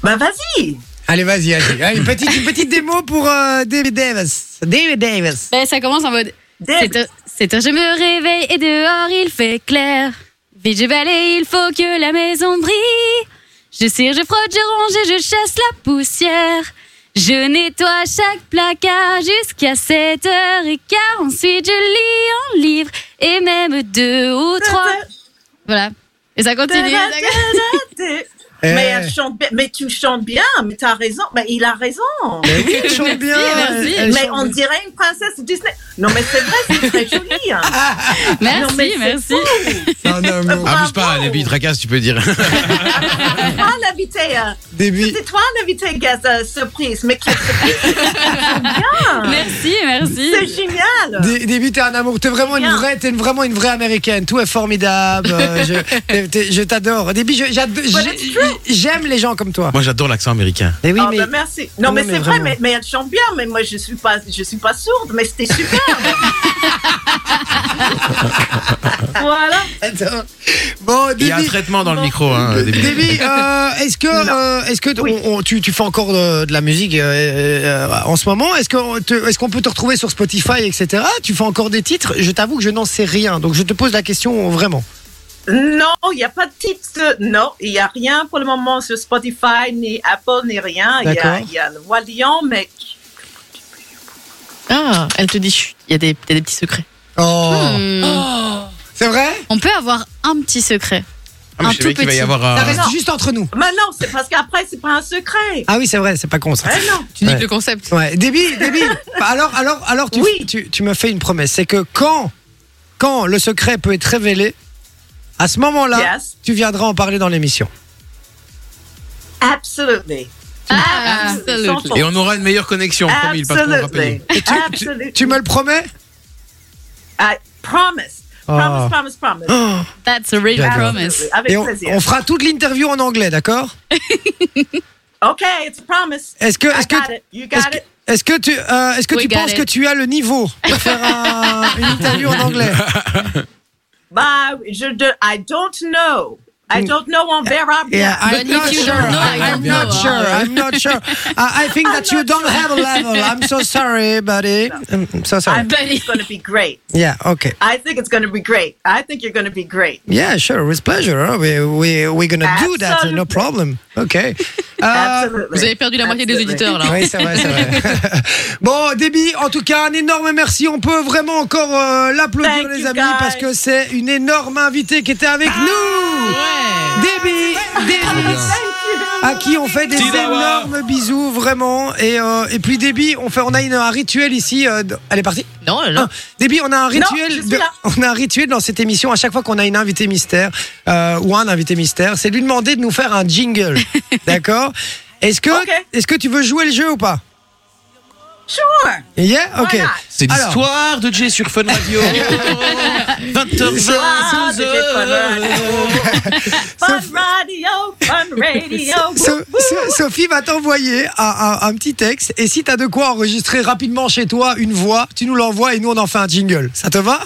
Speaker 7: Ben vas-y
Speaker 2: Allez, vas-y, allez. Allez, Une petite, une petite démo pour euh, David Davis. David Davis.
Speaker 3: Ben, ça commence en mode
Speaker 7: Dave,
Speaker 3: C'est un- C'est un je me réveille et dehors il fait clair. Vite je balaye, il faut que la maison brille. Je cire, je frotte, je range et je chasse la poussière. Je nettoie chaque placard jusqu'à 7h15. Ensuite je lis un livre et même deux ou trois. Voilà. Et ça continue.
Speaker 7: da,
Speaker 3: ça continue.
Speaker 7: Dave.
Speaker 2: Eh.
Speaker 7: Mais, elle chante bien- mais tu chantes bien, mais t'as raison, mais il a raison.
Speaker 2: Mais oui, elle chante bien.
Speaker 3: merci.
Speaker 2: elle- elle
Speaker 7: euh, Mais
Speaker 2: chante
Speaker 7: on
Speaker 2: bien.
Speaker 7: dirait une princesse Disney. Non mais c'est vrai, c'est très joli. hein. Non, mais
Speaker 3: Merci,
Speaker 7: c'est
Speaker 3: merci.
Speaker 2: Non, non, non.
Speaker 5: Abuse pas,
Speaker 7: Bravo.
Speaker 5: les billes tracasse, tu peux dire.
Speaker 7: C'est toi l'invité, euh,
Speaker 2: Début.
Speaker 7: c'est toi l'invité Gaz euh, surprise. Mais quelle surprise
Speaker 3: Merci,
Speaker 7: c'est
Speaker 3: merci.
Speaker 7: génial.
Speaker 2: Dé- Début, t'es un amour, t'es vraiment une
Speaker 7: Bien.
Speaker 2: vraie, t'es une- vraiment une vraie américaine. Tout est formidable. euh, je t'es- t'es- je t'adore. Début, je- j'ado- j'ai- j'aime les gens comme toi. bah,
Speaker 5: Moi, j'adore l'accent américain.
Speaker 2: Mais oui,
Speaker 7: Ah,
Speaker 2: mais
Speaker 7: ben, merci. Non,
Speaker 2: Non,
Speaker 7: mais,
Speaker 2: mais
Speaker 7: c'est vrai,
Speaker 2: vraiment.
Speaker 7: mais, mais elle chante bien, mais moi je suis pas, je suis pas sourde, mais c'était super. voilà.
Speaker 2: attends. Bon,
Speaker 5: Il y a un
Speaker 2: Début,
Speaker 5: traitement dans le micro, hein, des billes.
Speaker 2: Début, euh, est-ce que, euh, est-ce que t-
Speaker 7: Oui.
Speaker 2: on- on- tu, tu fais encore de, de la musique euh, euh, en ce moment Est-ce qu'on te- est-ce qu'on peut te retrouver sur Spotify, etc. Tu fais encore des titres Je t'avoue que je n'en sais rien, donc je te pose la question vraiment.
Speaker 7: Non, il n'y a pas de titre. Non, il n'y a rien pour le moment sur Spotify, ni Apple, ni rien. Il y a,
Speaker 2: D'accord.
Speaker 7: il y a le Roi Lion, mais
Speaker 4: Ah, elle te dit, chut, il y, a des il y a des petits secrets.
Speaker 2: Oh,
Speaker 3: Hmm.
Speaker 2: c'est vrai
Speaker 3: On peut avoir un petit secret.
Speaker 5: Ah, mais
Speaker 3: Un
Speaker 5: je savais
Speaker 3: tout
Speaker 5: qu'il va y
Speaker 3: petit.
Speaker 5: avoir. euh,
Speaker 2: Ça reste juste entre nous.
Speaker 7: Mais non, c'est parce qu'après, c'est pas un secret.
Speaker 2: Ah oui, c'est vrai, c'est pas con ça.
Speaker 7: Eh non.
Speaker 4: Tu niques
Speaker 2: Ouais.
Speaker 4: le concept.
Speaker 2: Ouais, débile, débile. Bah, alors, alors, alors, tu,
Speaker 7: Oui.
Speaker 2: tu, tu me fais une promesse, c'est que quand, quand le secret peut être révélé, à ce moment-là,
Speaker 7: Yes.
Speaker 2: tu viendras en parler dans l'émission.
Speaker 7: Absolutely.
Speaker 4: Ah,
Speaker 7: Absolutely.
Speaker 5: Et on aura une meilleure connexion, promis, le patron, rappelez
Speaker 7: Absolutely. Absolutely.
Speaker 2: Tu me le promets
Speaker 7: I promise.
Speaker 2: Ah. Oh,
Speaker 7: Promise, promise, promise.
Speaker 3: That's a real
Speaker 2: J'adore.
Speaker 3: promise.
Speaker 7: Avec
Speaker 2: Et on,
Speaker 7: plaisir.
Speaker 2: on fera toute l'interview en anglais, d'accord
Speaker 7: OK, it's a promise.
Speaker 2: Est-ce que,
Speaker 7: I
Speaker 2: est-ce que,
Speaker 7: got it. You got
Speaker 2: est-ce
Speaker 7: it.
Speaker 2: que- est-ce que tu, euh, est-ce que
Speaker 3: We
Speaker 2: tu
Speaker 3: got
Speaker 2: penses
Speaker 3: it.
Speaker 2: que tu as le niveau pour faire un- une interview en anglais
Speaker 7: Bah, je de- I don't know. I don't know on verra bien.
Speaker 2: Mm. Yeah, uh, I'm
Speaker 4: But
Speaker 2: not
Speaker 4: if you
Speaker 2: sure.
Speaker 4: don't know,
Speaker 2: I'm,
Speaker 4: you
Speaker 2: not
Speaker 4: know.
Speaker 2: sure. I'm not sure. Uh, I I think that you don't have a level. I'm so sorry, buddy. I'm I'm so sorry.
Speaker 7: I think it's going to be great.
Speaker 2: Yeah, okay.
Speaker 7: I think it's going to be great. I think you're going to be great.
Speaker 2: Yeah, sure. With pleasure. huh? We we we're gonna do that. uh, No
Speaker 7: Absolutely.
Speaker 2: problem. Okay. Euh,
Speaker 7: Absolutely.
Speaker 4: Vous avez perdu la moitié des
Speaker 7: Absolutely.
Speaker 4: auditeurs là.
Speaker 2: Oui, Ah, c'est vrai, c'est vrai. bon, Déby, en tout cas, un énorme merci. On peut vraiment encore euh, l'applaudir,
Speaker 7: Thank
Speaker 2: les
Speaker 7: you,
Speaker 2: amis,
Speaker 7: guys.
Speaker 2: parce que c'est une énorme invitée qui était avec nous. Déby, Déby, à qui on fait des
Speaker 5: Tidawa.
Speaker 2: énormes bisous, vraiment. Et, euh, et puis, Déby, on, fait, on a une- un rituel ici. euh, de- Elle est partie
Speaker 4: Non, non.
Speaker 2: non. Ah, Déby, on a un
Speaker 7: je
Speaker 2: rituel.
Speaker 7: suis
Speaker 2: de-
Speaker 7: là.
Speaker 2: on a un rituel dans cette émission. À chaque fois qu'on a une invitée mystère euh, ou un invité mystère, c'est de lui demander de nous faire un jingle. D'accord Est-ce que
Speaker 7: Ok.
Speaker 2: est-ce que tu veux jouer le jeu ou pas
Speaker 7: Sure.
Speaker 2: Yeah. Ok.
Speaker 7: Why not?
Speaker 5: C'est
Speaker 2: Alors.
Speaker 5: l'histoire de Jay sur Fun Radio. 20h20,
Speaker 7: Ah, c'est fun
Speaker 5: 12h.
Speaker 7: radio. Fun radio, fun radio.
Speaker 2: So- So- Sophie va t'envoyer un, un- un petit texte et si t'as de quoi enregistrer rapidement chez toi une voix, tu nous l'envoies et nous on en fait un jingle. Ça te va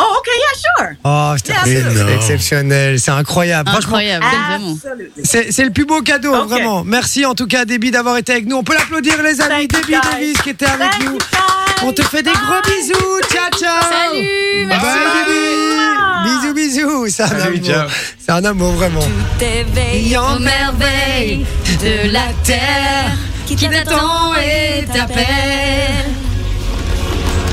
Speaker 7: Oh, okay, yeah, sure.
Speaker 4: Ah,
Speaker 2: Oh, putain,
Speaker 7: Bien
Speaker 2: c'est
Speaker 7: sûr.
Speaker 2: c'est exceptionnel, c'est incroyable. Franchement,
Speaker 3: Incroyable. Vraiment.
Speaker 7: Absolutely.
Speaker 2: C'est c'est le plus beau cadeau,
Speaker 7: Ok.
Speaker 2: vraiment. Merci en tout cas, Déby, d'avoir été avec nous. On peut l'applaudir, les amis.
Speaker 7: Thank you,
Speaker 2: Déby
Speaker 7: guys.
Speaker 2: Davis qui était avec
Speaker 7: Thank
Speaker 2: nous.
Speaker 7: you, guys.
Speaker 2: On te fait des gros bisous. Ciao, ciao.
Speaker 3: Salut,
Speaker 2: Bye, Déby. Bisous, bisous. C'est un
Speaker 5: Salut,
Speaker 2: amour.
Speaker 5: ciao.
Speaker 2: C'est un amour, vraiment.
Speaker 3: T'éveilles aux merveilles de la terre qui t'attend et t'appelle.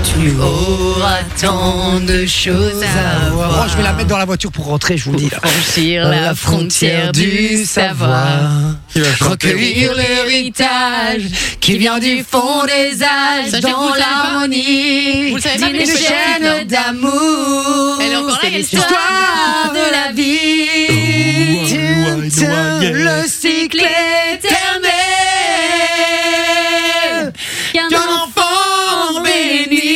Speaker 3: Tu auras tant de choses à
Speaker 2: Oh,
Speaker 3: voir.
Speaker 2: je vais la mettre dans la voiture pour rentrer, je vous le dis. là.
Speaker 3: Franchir la frontière du savoir.
Speaker 5: Qui va chanter
Speaker 3: Recueillir l'héritage qui vient du fond des âges
Speaker 4: Sachez que vous
Speaker 3: dans
Speaker 4: le savez pas.
Speaker 3: l'harmonie
Speaker 4: Vous le savez pas, mais
Speaker 3: d'une
Speaker 4: je peux chanter,
Speaker 3: chaîne
Speaker 4: non.
Speaker 3: d'amour.
Speaker 4: Elle est encore là,
Speaker 3: C'est
Speaker 4: quelle
Speaker 3: l'histoire de la
Speaker 5: Oh, I know, I
Speaker 3: vie.
Speaker 5: know, I know.
Speaker 3: Le cycle éternel qu'un enfant béni.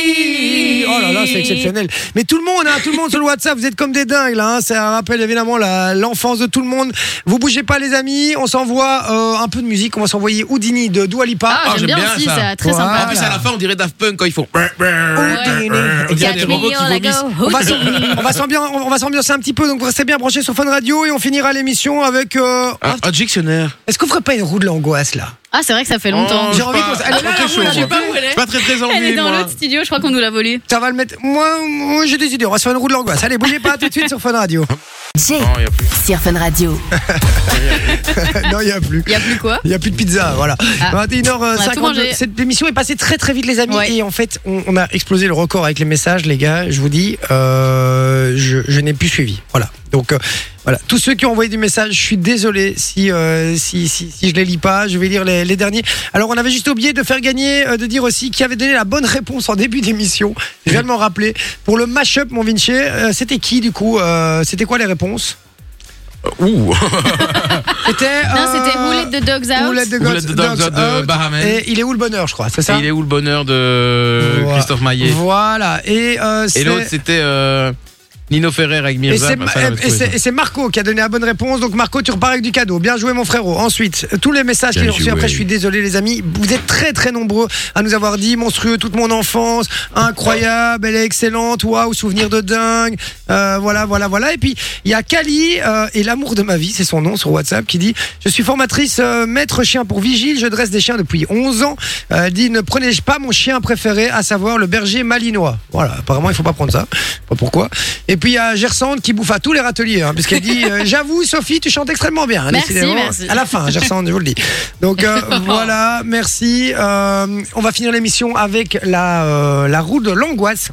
Speaker 2: Oh là là, c'est exceptionnel. Mais tout le monde, hein, tout le monde sur le WhatsApp, vous êtes comme des dingues là. hein. Ça rappelle évidemment la- l'enfance de tout le monde. Vous bougez pas, les amis. On s'envoie euh, un peu de musique. On va s'envoyer Houdini de Dua Lipa.
Speaker 5: Ah, j'aime bien ça.
Speaker 3: très
Speaker 5: En plus, à la fin, on dirait Daft Punk quand ils font. On dirait des robots qui vomissent.
Speaker 2: On
Speaker 3: Oh.
Speaker 2: va s'am- on va s'ambian- on va s'ambiancer un petit peu, donc restez bien branchés sur Fun Radio et on finira l'émission avec. euh,
Speaker 3: Hein
Speaker 5: Un Ah, un dictionnaire.
Speaker 2: Est-ce qu'on ferait pas une roue de l'angoisse là
Speaker 3: Ah, c'est vrai que ça fait
Speaker 5: Oh,
Speaker 2: J'ai
Speaker 5: je
Speaker 2: envie
Speaker 5: suis
Speaker 2: qu'on-
Speaker 5: pas-
Speaker 2: elle est là,
Speaker 5: très
Speaker 2: la roue,
Speaker 5: chaud,
Speaker 2: là, j'ai
Speaker 5: moi.
Speaker 2: pas où
Speaker 5: Je suis Pas très très
Speaker 3: Elle
Speaker 5: envie,
Speaker 3: est dans
Speaker 5: moi.
Speaker 3: l'autre studio, je crois qu'on nous l'a volée.
Speaker 2: Ça va le mettre. Moi, moi, j'ai des idées. On va se faire une roue de l'angoisse. Allez, bougez pas tout de suite sur Fun Radio.
Speaker 1: Jay
Speaker 5: Non, y a plus.
Speaker 1: sur Fun Radio.
Speaker 2: non, il y a plus.
Speaker 3: Y a plus quoi
Speaker 2: Il n'y a plus de pizza, voilà.
Speaker 3: Ah. On a tout
Speaker 2: 21h52.
Speaker 3: mangé.
Speaker 2: Cette émission est passée très très vite, les amis.
Speaker 3: Ouais.
Speaker 2: Et en fait, on, on a explosé le record avec les messages, les gars. Je vous dis, euh, je, je n'ai plus suivi. Voilà. Donc, euh, voilà. Tous ceux qui ont envoyé des messages, je suis désolé si, euh, si, si, si je les lis pas. Je vais lire les, les derniers. Alors, on avait juste oublié de faire gagner, euh, de dire aussi qui avait donné la bonne réponse en début d'émission. Je viens de m'en rappeler. Pour le mashup, mon Vinci, euh, c'était qui du coup Euh, C'était quoi les réponses
Speaker 5: Bah, Ouh.
Speaker 2: C'était.
Speaker 3: Ah. Non,
Speaker 2: euh,
Speaker 3: c'était Who Let the Dogs Out.
Speaker 2: Who Let the
Speaker 5: Who Let the Dogs Out de
Speaker 2: Out.
Speaker 5: Bahamen.
Speaker 2: Et il est où le bonheur, je crois, c'est
Speaker 5: Et
Speaker 2: ça
Speaker 5: il est où le bonheur de
Speaker 2: Voilà.
Speaker 5: Christophe Maillet
Speaker 2: Voilà. Et, euh,
Speaker 5: Et l'autre,
Speaker 2: c'est.
Speaker 5: c'était euh, Nino Ferrer avec
Speaker 2: Et
Speaker 5: Mirza.
Speaker 2: c'est,
Speaker 5: Bah, ça, j'avais
Speaker 2: et
Speaker 5: trouvé ça.
Speaker 2: c'est- et c'est Marco qui a donné la bonne réponse. Donc Marco, tu repars avec du cadeau. Bien joué mon frérot. Ensuite, tous les messages
Speaker 5: Bien
Speaker 2: qu'il a reçus.
Speaker 5: joué.
Speaker 2: Après, je suis désolé les amis. Vous êtes très très nombreux à nous avoir dit monstrueux toute mon enfance, incroyable, elle est excellente, waouh, souvenir de dingue. Euh, voilà, voilà, voilà. Et puis il y a Kali euh, et l'amour de ma vie, c'est son nom sur WhatsApp, qui dit je suis formatrice euh, maître chien pour vigile. Je dresse des chiens depuis 11 ans. Euh, elle dit ne prenez pas mon chien préféré, à savoir le berger malinois. Voilà. Apparemment, il faut pas prendre ça. Je sais Pas pourquoi. Et puis il y a Gersande qui bouffe à tous les râteliers, hein, puisqu'elle dit euh, J'avoue, Sophie, tu chantes extrêmement bien. hein,
Speaker 3: Merci,
Speaker 2: décidément.
Speaker 3: merci.
Speaker 2: À la fin, Gersande, je vous le dis. Donc euh, voilà, merci. Euh, on va finir l'émission avec la, euh, la roue de l'angoisse.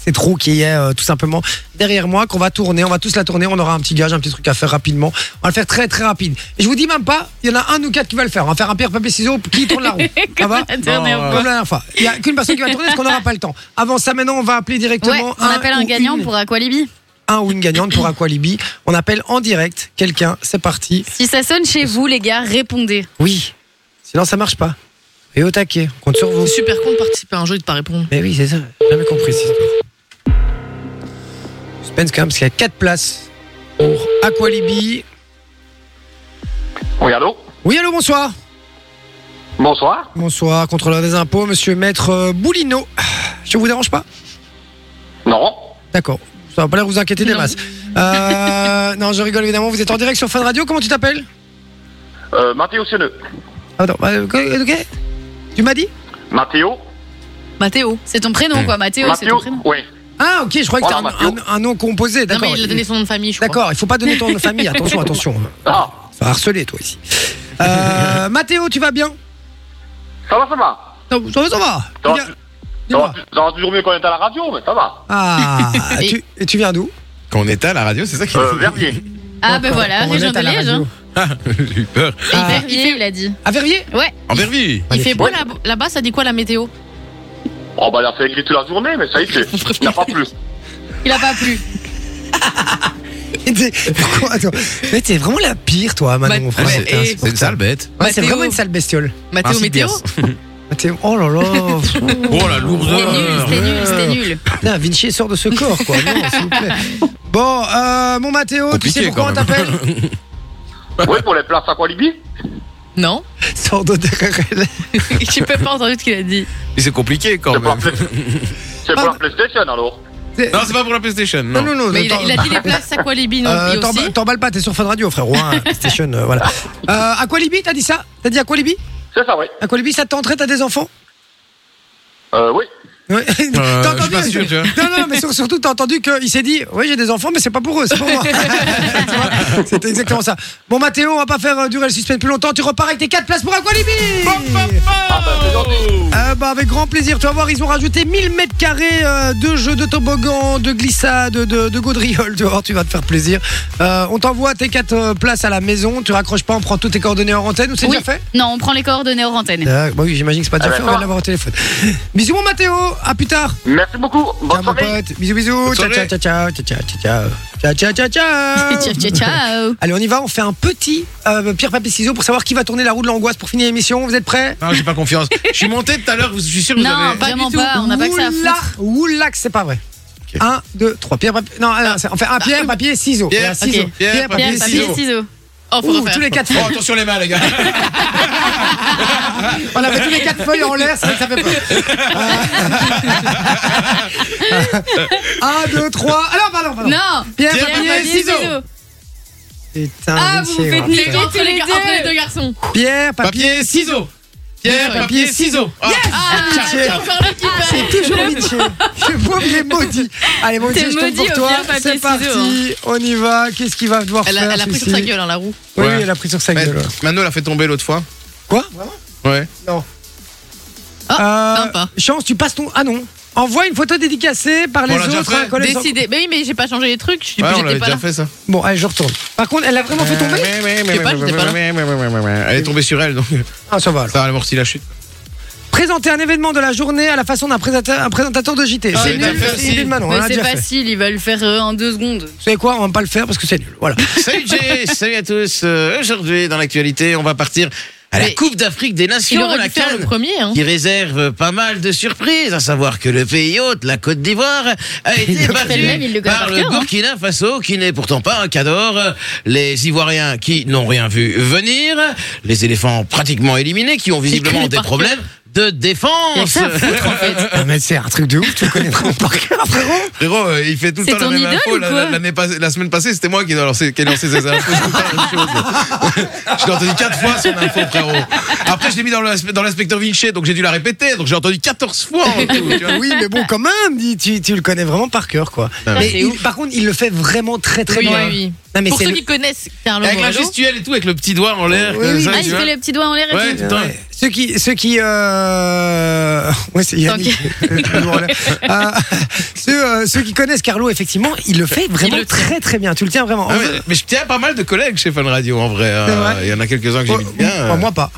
Speaker 2: C'est cette roue qui est euh, tout simplement derrière moi, qu'on va tourner, on va tous la tourner, on aura un petit gage, un petit truc à faire rapidement. On va le faire très très rapide. Et je vous dis même pas, il y en a un ou quatre qui va le faire. On va faire un pierre, papier, ciseaux, qui tourne la roue. Ça va
Speaker 3: la dernière
Speaker 2: Comme la dernière fois. Il n'y a qu'une personne qui va tourner parce qu'on n'aura pas le temps. Avant ça, maintenant, on va appeler
Speaker 3: fois.
Speaker 2: directement
Speaker 3: Ouais, on appelle un
Speaker 2: ou
Speaker 3: gagnant
Speaker 2: une-
Speaker 3: pour Aqualibi.
Speaker 2: un ou une gagnante pour Aqualibi. On appelle en direct quelqu'un, c'est parti.
Speaker 3: Si ça sonne chez vous, les gars, répondez.
Speaker 2: Oui, sinon ça marche pas. Et au taquet, on compte sur vous.
Speaker 4: C'est super con de participer à un jeu et de pas répondre.
Speaker 2: Mais oui, c'est ça, j'ai jamais compris cette histoire. Suspense quand même, parce qu'il y a 4 places pour Aqualibi.
Speaker 9: Oui, allô
Speaker 2: Oui, allô, bonsoir.
Speaker 9: Bonsoir.
Speaker 2: Bonsoir, contrôleur des impôts, monsieur Maître euh, Boulino. Je vous dérange pas
Speaker 9: Non.
Speaker 2: D'accord, ça va pas l'air de vous inquiéter des masses. Euh, non, je rigole évidemment, vous êtes en direct sur Fun Radio, comment tu t'appelles
Speaker 9: Euh, Mathéo Sionneux.
Speaker 2: Attends, euh, ok, tu m'as dit
Speaker 9: Mathéo
Speaker 4: Mathéo.
Speaker 3: C'est ton prénom, quoi, Mathéo, c'est ton
Speaker 9: Mathéo
Speaker 3: prénom.
Speaker 9: Oui.
Speaker 2: Ah, ok, je croyais que
Speaker 9: Voilà,
Speaker 2: c'était un,
Speaker 9: Mathéo.
Speaker 2: un- un nom composé,
Speaker 4: Oh, Non,
Speaker 2: d'accord.
Speaker 4: mais il a donné son nom de famille, je crois.
Speaker 2: D'accord, il faut pas donner ton nom de famille, attention, attention.
Speaker 9: Ah,
Speaker 2: Ça va harceler, toi, ici. Euh, Mathéo, tu vas bien
Speaker 9: ça va, ça va
Speaker 2: Ça va, ça va.
Speaker 9: Ça va,
Speaker 2: Bien,
Speaker 9: tu- ça va,
Speaker 2: dis-moi.
Speaker 9: tu- ça va toujours mieux qu'on est à la radio, mais ça va.
Speaker 2: Ah, tu, et tu viens d'où
Speaker 5: Quand on est à la radio, c'est ça qui
Speaker 9: Euh, Verviers.
Speaker 3: Ah, ben voilà,
Speaker 2: On
Speaker 3: région
Speaker 2: est
Speaker 3: de
Speaker 2: à la
Speaker 3: Liège.
Speaker 2: radio.
Speaker 3: hein.
Speaker 5: Ah, J'ai eu peur.
Speaker 2: Ah.
Speaker 3: Verviers, il, a dit.
Speaker 2: À Verviers
Speaker 5: En Verviers
Speaker 4: Il fait beau là- là-bas, ça dit quoi la météo
Speaker 9: Oh, bah, il a fait écrit toute la journée, mais ça y est, il n'a pas plu.
Speaker 3: Il a pas plu.
Speaker 2: Et t'es- Pourquoi Attends, mais t'es vraiment la pire, toi, Manon,
Speaker 4: Bah,
Speaker 2: frère,
Speaker 4: ouais,
Speaker 2: c'est
Speaker 4: et-
Speaker 2: insupportable.
Speaker 5: C'est une sale bête.
Speaker 2: Ouais, c'est
Speaker 4: Mathéo.
Speaker 2: vraiment une sale bestiole.
Speaker 4: Mathéo
Speaker 5: Ainsi
Speaker 4: Météo
Speaker 5: bien.
Speaker 2: Mathéo, oh là là. pff,
Speaker 5: Oh la
Speaker 3: C'était
Speaker 2: Euh.
Speaker 3: nul,
Speaker 5: lourdeur.
Speaker 3: c'était nul, c'était nul.
Speaker 2: Putain, Vinci sort de ce corps, quoi. Non, s'il vous plaît. Bon, euh, mon Mathéo, tu sais
Speaker 5: Compliqué,
Speaker 2: pourquoi on
Speaker 5: quand même.
Speaker 2: t'appelle
Speaker 9: Oui, pour les places à Qualibi
Speaker 4: Non.
Speaker 2: Sors de derrière
Speaker 4: J'ai même pas entendu ce qu'il a dit.
Speaker 5: Oh, Mais c'est compliqué quand
Speaker 9: C'est pour, la
Speaker 5: même.
Speaker 9: Play- c'est pour la PlayStation, alors
Speaker 2: elle.
Speaker 5: Non, c'est pas pour la PlayStation.
Speaker 2: Non,
Speaker 5: Non,
Speaker 2: non, non.
Speaker 4: Mais il a,
Speaker 2: attends.
Speaker 4: il a dit les places Aqualibi, non
Speaker 2: Euh,
Speaker 4: lui
Speaker 2: t'emba-
Speaker 4: aussi.
Speaker 2: T'emballes pas, t'es sur Fun Radio, frérot. Hein, PlayStation, euh, voilà. Euh, Aqualibi, t'as dit ça T'as dit Aqualibi
Speaker 9: C'est ça, oui.
Speaker 2: Aqualibi, ça te tenterait, t'as des enfants
Speaker 9: Euh, oui.
Speaker 2: Ouais.
Speaker 5: Euh,
Speaker 2: T'as
Speaker 5: je suis pas sûr, tu vois.
Speaker 2: Non, non, mais sur- surtout, t'as entendu qu'il s'est dit Oui, j'ai des enfants, mais c'est pas pour eux, c'est pour moi. Tu vois C'était exactement ça. Bon, Mathéo, on va pas faire euh, durer le suspense plus longtemps. Tu repars avec tes 4 places pour Aqualibi
Speaker 9: Ah, bah, c'est gentil.
Speaker 2: Euh, bah, Avec grand plaisir. Tu vas voir, ils ont rajouté 1000 mètres carrés euh, de jeux de toboggan, de glissade, de, de gaudriole. Tu vas voir, tu vas te faire plaisir. Euh, on t'envoie tes 4 places à la maison. Tu raccroches pas, on prend toutes tes coordonnées en antenne ou c'est
Speaker 3: Oui.
Speaker 2: déjà fait
Speaker 3: Non, on prend les coordonnées hors antenne.
Speaker 2: Ah, bah oui, j'imagine que c'est pas déjà
Speaker 9: Ah,
Speaker 2: fait, on
Speaker 9: d'accord.
Speaker 2: va l'avoir au téléphone. Bisous mon Mathéo, à plus tard.
Speaker 9: Merci beaucoup. Bonne
Speaker 2: ciao mon
Speaker 9: soirée.
Speaker 2: pote, bisous bisous.
Speaker 5: Bonne
Speaker 2: Ciao ciao
Speaker 5: soirée.
Speaker 2: ciao ciao ciao ciao ciao ciao ciao ciao ciao.
Speaker 3: Ciao, ciao, ciao.
Speaker 2: Allez, on y va, on fait un petit euh, pierre papier ciseaux pour savoir qui va tourner la roue de l'angoisse pour finir l'émission. Vous êtes prêts
Speaker 5: Non, j'ai pas confiance. Je suis monté tout à l'heure, je suis sûr que vous
Speaker 3: Non,
Speaker 5: avez.
Speaker 4: pas
Speaker 3: vraiment
Speaker 4: du tout.
Speaker 3: pas, Ah, on n'a pas que ça à foutre.
Speaker 2: Oula, que c'est pas vrai. 1, 2, 3, pierre, papier. Non, non, c'est- on fait
Speaker 3: Ah.
Speaker 2: un pierre, papier, ciseaux.
Speaker 5: Pierre,
Speaker 2: Et un ciseau.
Speaker 4: ok.
Speaker 5: Pierre, papier,
Speaker 3: Pierre, papier,
Speaker 5: ciseaux.
Speaker 3: ciseaux.
Speaker 4: Oh, faut
Speaker 2: Ouh,
Speaker 4: refaire.
Speaker 2: tous les quatre
Speaker 5: Oh,
Speaker 2: feuilles.
Speaker 5: attention les mains, les gars.
Speaker 2: On avait tous les quatre feuilles en l'air, c'est vrai que ça fait peur. 1, 2, 3. Alors, pardon, pardon.
Speaker 3: Non
Speaker 2: Pierre,
Speaker 5: Pierre,
Speaker 2: papier,
Speaker 5: papier,
Speaker 2: ciseaux. Putain,
Speaker 3: Ah,
Speaker 2: Vinci,
Speaker 3: vous vous faites
Speaker 2: ouais.
Speaker 3: niquer
Speaker 4: Entre
Speaker 3: tous
Speaker 4: les,
Speaker 3: les
Speaker 4: gar-
Speaker 3: deux.
Speaker 4: entre les deux garçons.
Speaker 2: Pierre, papier.
Speaker 5: Papier, ciseaux. Pierre, papier, ciseaux. Ah,
Speaker 4: Ah,
Speaker 2: Vinci.
Speaker 4: c'est encore lui qui
Speaker 2: C'est
Speaker 4: perd.
Speaker 2: toujours Vinci. Je vous les maudit. Allez, mon
Speaker 3: T'es
Speaker 2: Dieu, je tombe
Speaker 3: maudit
Speaker 2: pour
Speaker 3: au
Speaker 2: toi.
Speaker 3: pierre, papier,
Speaker 2: C'est parti.
Speaker 3: ciseaux,
Speaker 2: On y va. Qu'est-ce qu'il va devoir
Speaker 4: Elle
Speaker 2: faire
Speaker 4: a, elle a pris sur
Speaker 2: celui-ci
Speaker 4: sa gueule, hein, la roue.
Speaker 2: Oui,
Speaker 5: Ouais.
Speaker 2: oui, elle a pris sur sa
Speaker 5: Mais
Speaker 2: gueule. ouais.
Speaker 5: Mano l'a fait tomber l'autre fois.
Speaker 2: Quoi
Speaker 5: Ouais.
Speaker 2: Euh,
Speaker 4: Ah, sympa.
Speaker 2: Chance, tu passes ton. Ah non. Envoie une photo dédicacée par les
Speaker 5: On l'a déjà
Speaker 2: autres.
Speaker 5: fait.
Speaker 2: à un collègue-
Speaker 4: Décidé. Mais oui, mais j'ai pas changé les trucs. Je suis
Speaker 5: Ouais, on
Speaker 4: j'étais
Speaker 5: l'avait
Speaker 4: pas
Speaker 5: déjà
Speaker 4: là.
Speaker 5: fait ça.
Speaker 2: Bon, allez, je retourne. Par contre, elle l'a vraiment fait tomber
Speaker 4: pas, j'étais pas là.
Speaker 5: Elle est tombée sur elle, donc
Speaker 2: Ah, ça va. alors.
Speaker 5: ça a amorti la chute.
Speaker 2: Présenter un événement de la journée à la façon d'un présentateur, un présentateur de JT.
Speaker 5: Ah,
Speaker 2: c'est
Speaker 5: mais t'as
Speaker 2: nul,
Speaker 5: fait
Speaker 2: c'est
Speaker 5: aussi.
Speaker 2: idée de Manon.
Speaker 3: Mais
Speaker 2: on l'a
Speaker 3: c'est
Speaker 2: déjà fait.
Speaker 3: facile, il va le faire euh, en deux secondes.
Speaker 2: Vous savez quoi On va pas le faire parce que c'est nul. Voilà.
Speaker 5: Salut Jay, salut à tous. Euh, Aujourd'hui, dans l'actualité, on va partir à la
Speaker 4: Mais
Speaker 5: Coupe d'Afrique des
Speaker 4: Il
Speaker 5: Nations,
Speaker 4: aurait
Speaker 5: la
Speaker 4: dû faire le
Speaker 5: CAN,
Speaker 4: premier. Hein.
Speaker 5: qui réserve pas mal de surprises, à savoir que le pays hôte, la Côte d'Ivoire, a été battu
Speaker 3: le même, il le connaît
Speaker 5: par
Speaker 3: par
Speaker 5: le
Speaker 3: cœur, hein.
Speaker 5: Burkina Faso, qui n'est pourtant pas un cador. Les Ivoiriens qui n'ont rien vu venir, les éléphants pratiquement éliminés, qui ont visiblement
Speaker 4: connaît
Speaker 5: des
Speaker 4: par cœur.
Speaker 5: problèmes de défense.
Speaker 2: Ah, mais c'est un truc de ouf. Tu le connais vraiment par cœur, frérot.
Speaker 5: Frérot, euh, il fait tout le
Speaker 3: C'est
Speaker 5: temps la
Speaker 3: ton
Speaker 5: même
Speaker 3: idole
Speaker 5: info.
Speaker 3: ou
Speaker 5: La,
Speaker 3: quoi
Speaker 5: la- l'année passée- la semaine passée, c'était moi qui ai lancé, qui ai lancé ces infos. C'est tout le temps la même chose. Je l'ai entendu quatre fois son info, frérot. Après, je l'ai mis dans l'as- dans l'inspecteur Vinci, donc j'ai dû la répéter. Donc j'ai entendu 14 fois. en tout, tu vois.
Speaker 2: Euh, Oui, mais bon, quand même, dis- tu, tu le connais vraiment par cœur, quoi.
Speaker 5: Ah ouais.
Speaker 2: Mais
Speaker 4: C'est
Speaker 2: il-
Speaker 4: ouf.
Speaker 2: par contre, il le fait vraiment très très
Speaker 4: Oui,
Speaker 2: bien.
Speaker 4: oui, oui.
Speaker 2: Non, mais
Speaker 4: Pour
Speaker 2: c'est
Speaker 4: ceux
Speaker 2: le-
Speaker 4: qui connaissent Carlo
Speaker 5: Avec la
Speaker 4: Morello,
Speaker 5: gestuelle et tout, avec le petit doigt en l'air.
Speaker 2: Oui,
Speaker 5: comme
Speaker 2: oui.
Speaker 5: ça,
Speaker 3: Ah,
Speaker 5: tu
Speaker 3: il
Speaker 5: vois.
Speaker 3: fait le petit doigt en l'air et
Speaker 5: Ouais,
Speaker 3: tout.
Speaker 5: tout le temps.
Speaker 2: Ouais. Ceux qui, ceux qui, euh... ouais, c'est Yannick. Toujours là. Euh, ceux, euh, ceux qui connaissent Carlo, effectivement, il le fait vraiment
Speaker 4: le tient.
Speaker 2: très très bien. Tu le tiens vraiment.
Speaker 5: Ah
Speaker 2: En
Speaker 5: ouais,
Speaker 2: fait,
Speaker 5: mais je tiens à pas mal de collègues chez Fun Radio en vrai.
Speaker 2: C'est
Speaker 5: hein.
Speaker 2: vrai.
Speaker 5: Il y en a quelques-uns que
Speaker 2: moi-
Speaker 5: j'imite bien.
Speaker 2: Oh, moi, moi, pas.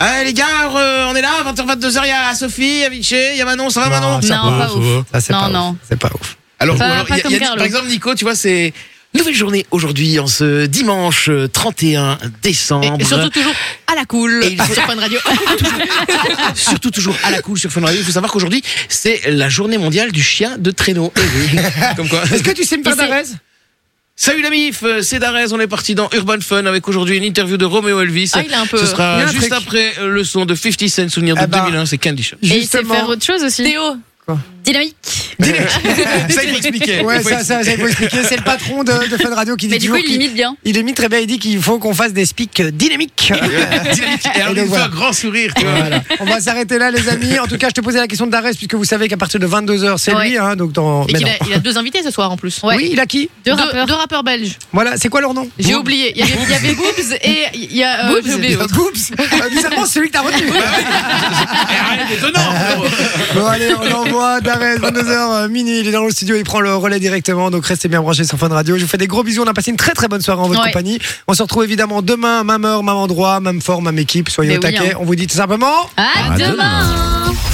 Speaker 5: Ah les gars, alors, euh, on est là, 20h22h, il y a Sophie, il y a Vinci, il y a Manon, ça va Manon
Speaker 2: ça,
Speaker 3: Non, pas ouf.
Speaker 2: ça, c'est
Speaker 3: Non,
Speaker 2: pas
Speaker 3: non.
Speaker 2: ouf. C'est pas ouf.
Speaker 5: Alors,
Speaker 3: Pas-
Speaker 5: ou alors,
Speaker 3: pas
Speaker 5: il y a-
Speaker 3: comme
Speaker 5: il y a-
Speaker 3: Carlo.
Speaker 5: par exemple Nico, tu vois, c'est nouvelle journée aujourd'hui en ce dimanche euh, 31 décembre.
Speaker 4: et surtout toujours à la cool
Speaker 5: Et il faut-
Speaker 4: sur Fun Radio.
Speaker 5: Surtout toujours à la cool sur Fun Radio. Il faut savoir qu'aujourd'hui, c'est la journée mondiale du chien de traîneau. Eh oui. Comme quoi.
Speaker 2: Est-ce que tu sais me faire
Speaker 3: c'est-
Speaker 2: d'Arez
Speaker 5: Salut la MIF, euh, c'est Darès, on est parti dans Urban Fun avec aujourd'hui une interview de Romeo Elvis.
Speaker 4: Ah, il a un peu-
Speaker 5: Ce
Speaker 2: il y a
Speaker 5: sera
Speaker 2: un
Speaker 5: juste
Speaker 2: truc.
Speaker 5: après euh, le son de 50 Cent, souvenir de
Speaker 2: Ah bah.
Speaker 5: 2001, c'est Candy Shop.
Speaker 3: Et il sait faire autre chose aussi.
Speaker 4: Théo,
Speaker 3: Dynamique.
Speaker 5: ça, il faut expliquer.
Speaker 2: Ouais,
Speaker 5: Il faut
Speaker 2: ça, ça, ça, il faut expliquer. C'est le patron de, de Fun Radio qui dit
Speaker 3: Mais du coup,
Speaker 2: toujours
Speaker 3: il
Speaker 2: qu'il-
Speaker 3: limite bien.
Speaker 2: il imite très bien. Il dit qu'il faut qu'on fasse des speaks dynamiques.
Speaker 5: Dynamique. Et alors,
Speaker 2: Et
Speaker 5: il
Speaker 2: donc,
Speaker 5: me fait
Speaker 2: voilà.
Speaker 5: un grand sourire, tu vois.
Speaker 2: Voilà. On va s'arrêter là, les amis. En tout cas, je te posais la question de Darès, puisque vous savez qu'à partir de 22h, c'est
Speaker 3: Ouais.
Speaker 2: lui. Hein, donc dans...
Speaker 4: et
Speaker 2: mais
Speaker 4: qu'il
Speaker 2: non.
Speaker 4: a- il a deux invités ce soir en plus. Ouais.
Speaker 2: Oui, il a qui
Speaker 4: Deux,
Speaker 3: Deux rappeurs.
Speaker 4: deux rappeurs belges.
Speaker 2: Voilà, c'est quoi leur nom
Speaker 4: J'ai oublié. Il y avait, il y avait Boobs et il y a. euh,
Speaker 3: Boobs.
Speaker 4: j'ai oublié l'autre.
Speaker 2: Oups Euh, Bizarrement, c'est celui que t'as retenu.
Speaker 5: Ah, rien d'étonnant.
Speaker 2: Bon, allez, on l'envoie. Darès, 22h, euh, minuit. Il est dans le studio, il prend le relais directement. Donc, restez bien branchés sur Fun Radio. Je vous fais des gros bisous. On a passé une très très bonne soirée en votre
Speaker 3: Ouais.
Speaker 2: compagnie. On se retrouve évidemment demain, même heure, même endroit, même forme, même équipe. Soyez
Speaker 3: Mais
Speaker 2: au
Speaker 3: oui,
Speaker 2: taquet.
Speaker 3: hein.
Speaker 2: On vous dit tout simplement.
Speaker 3: À, demain.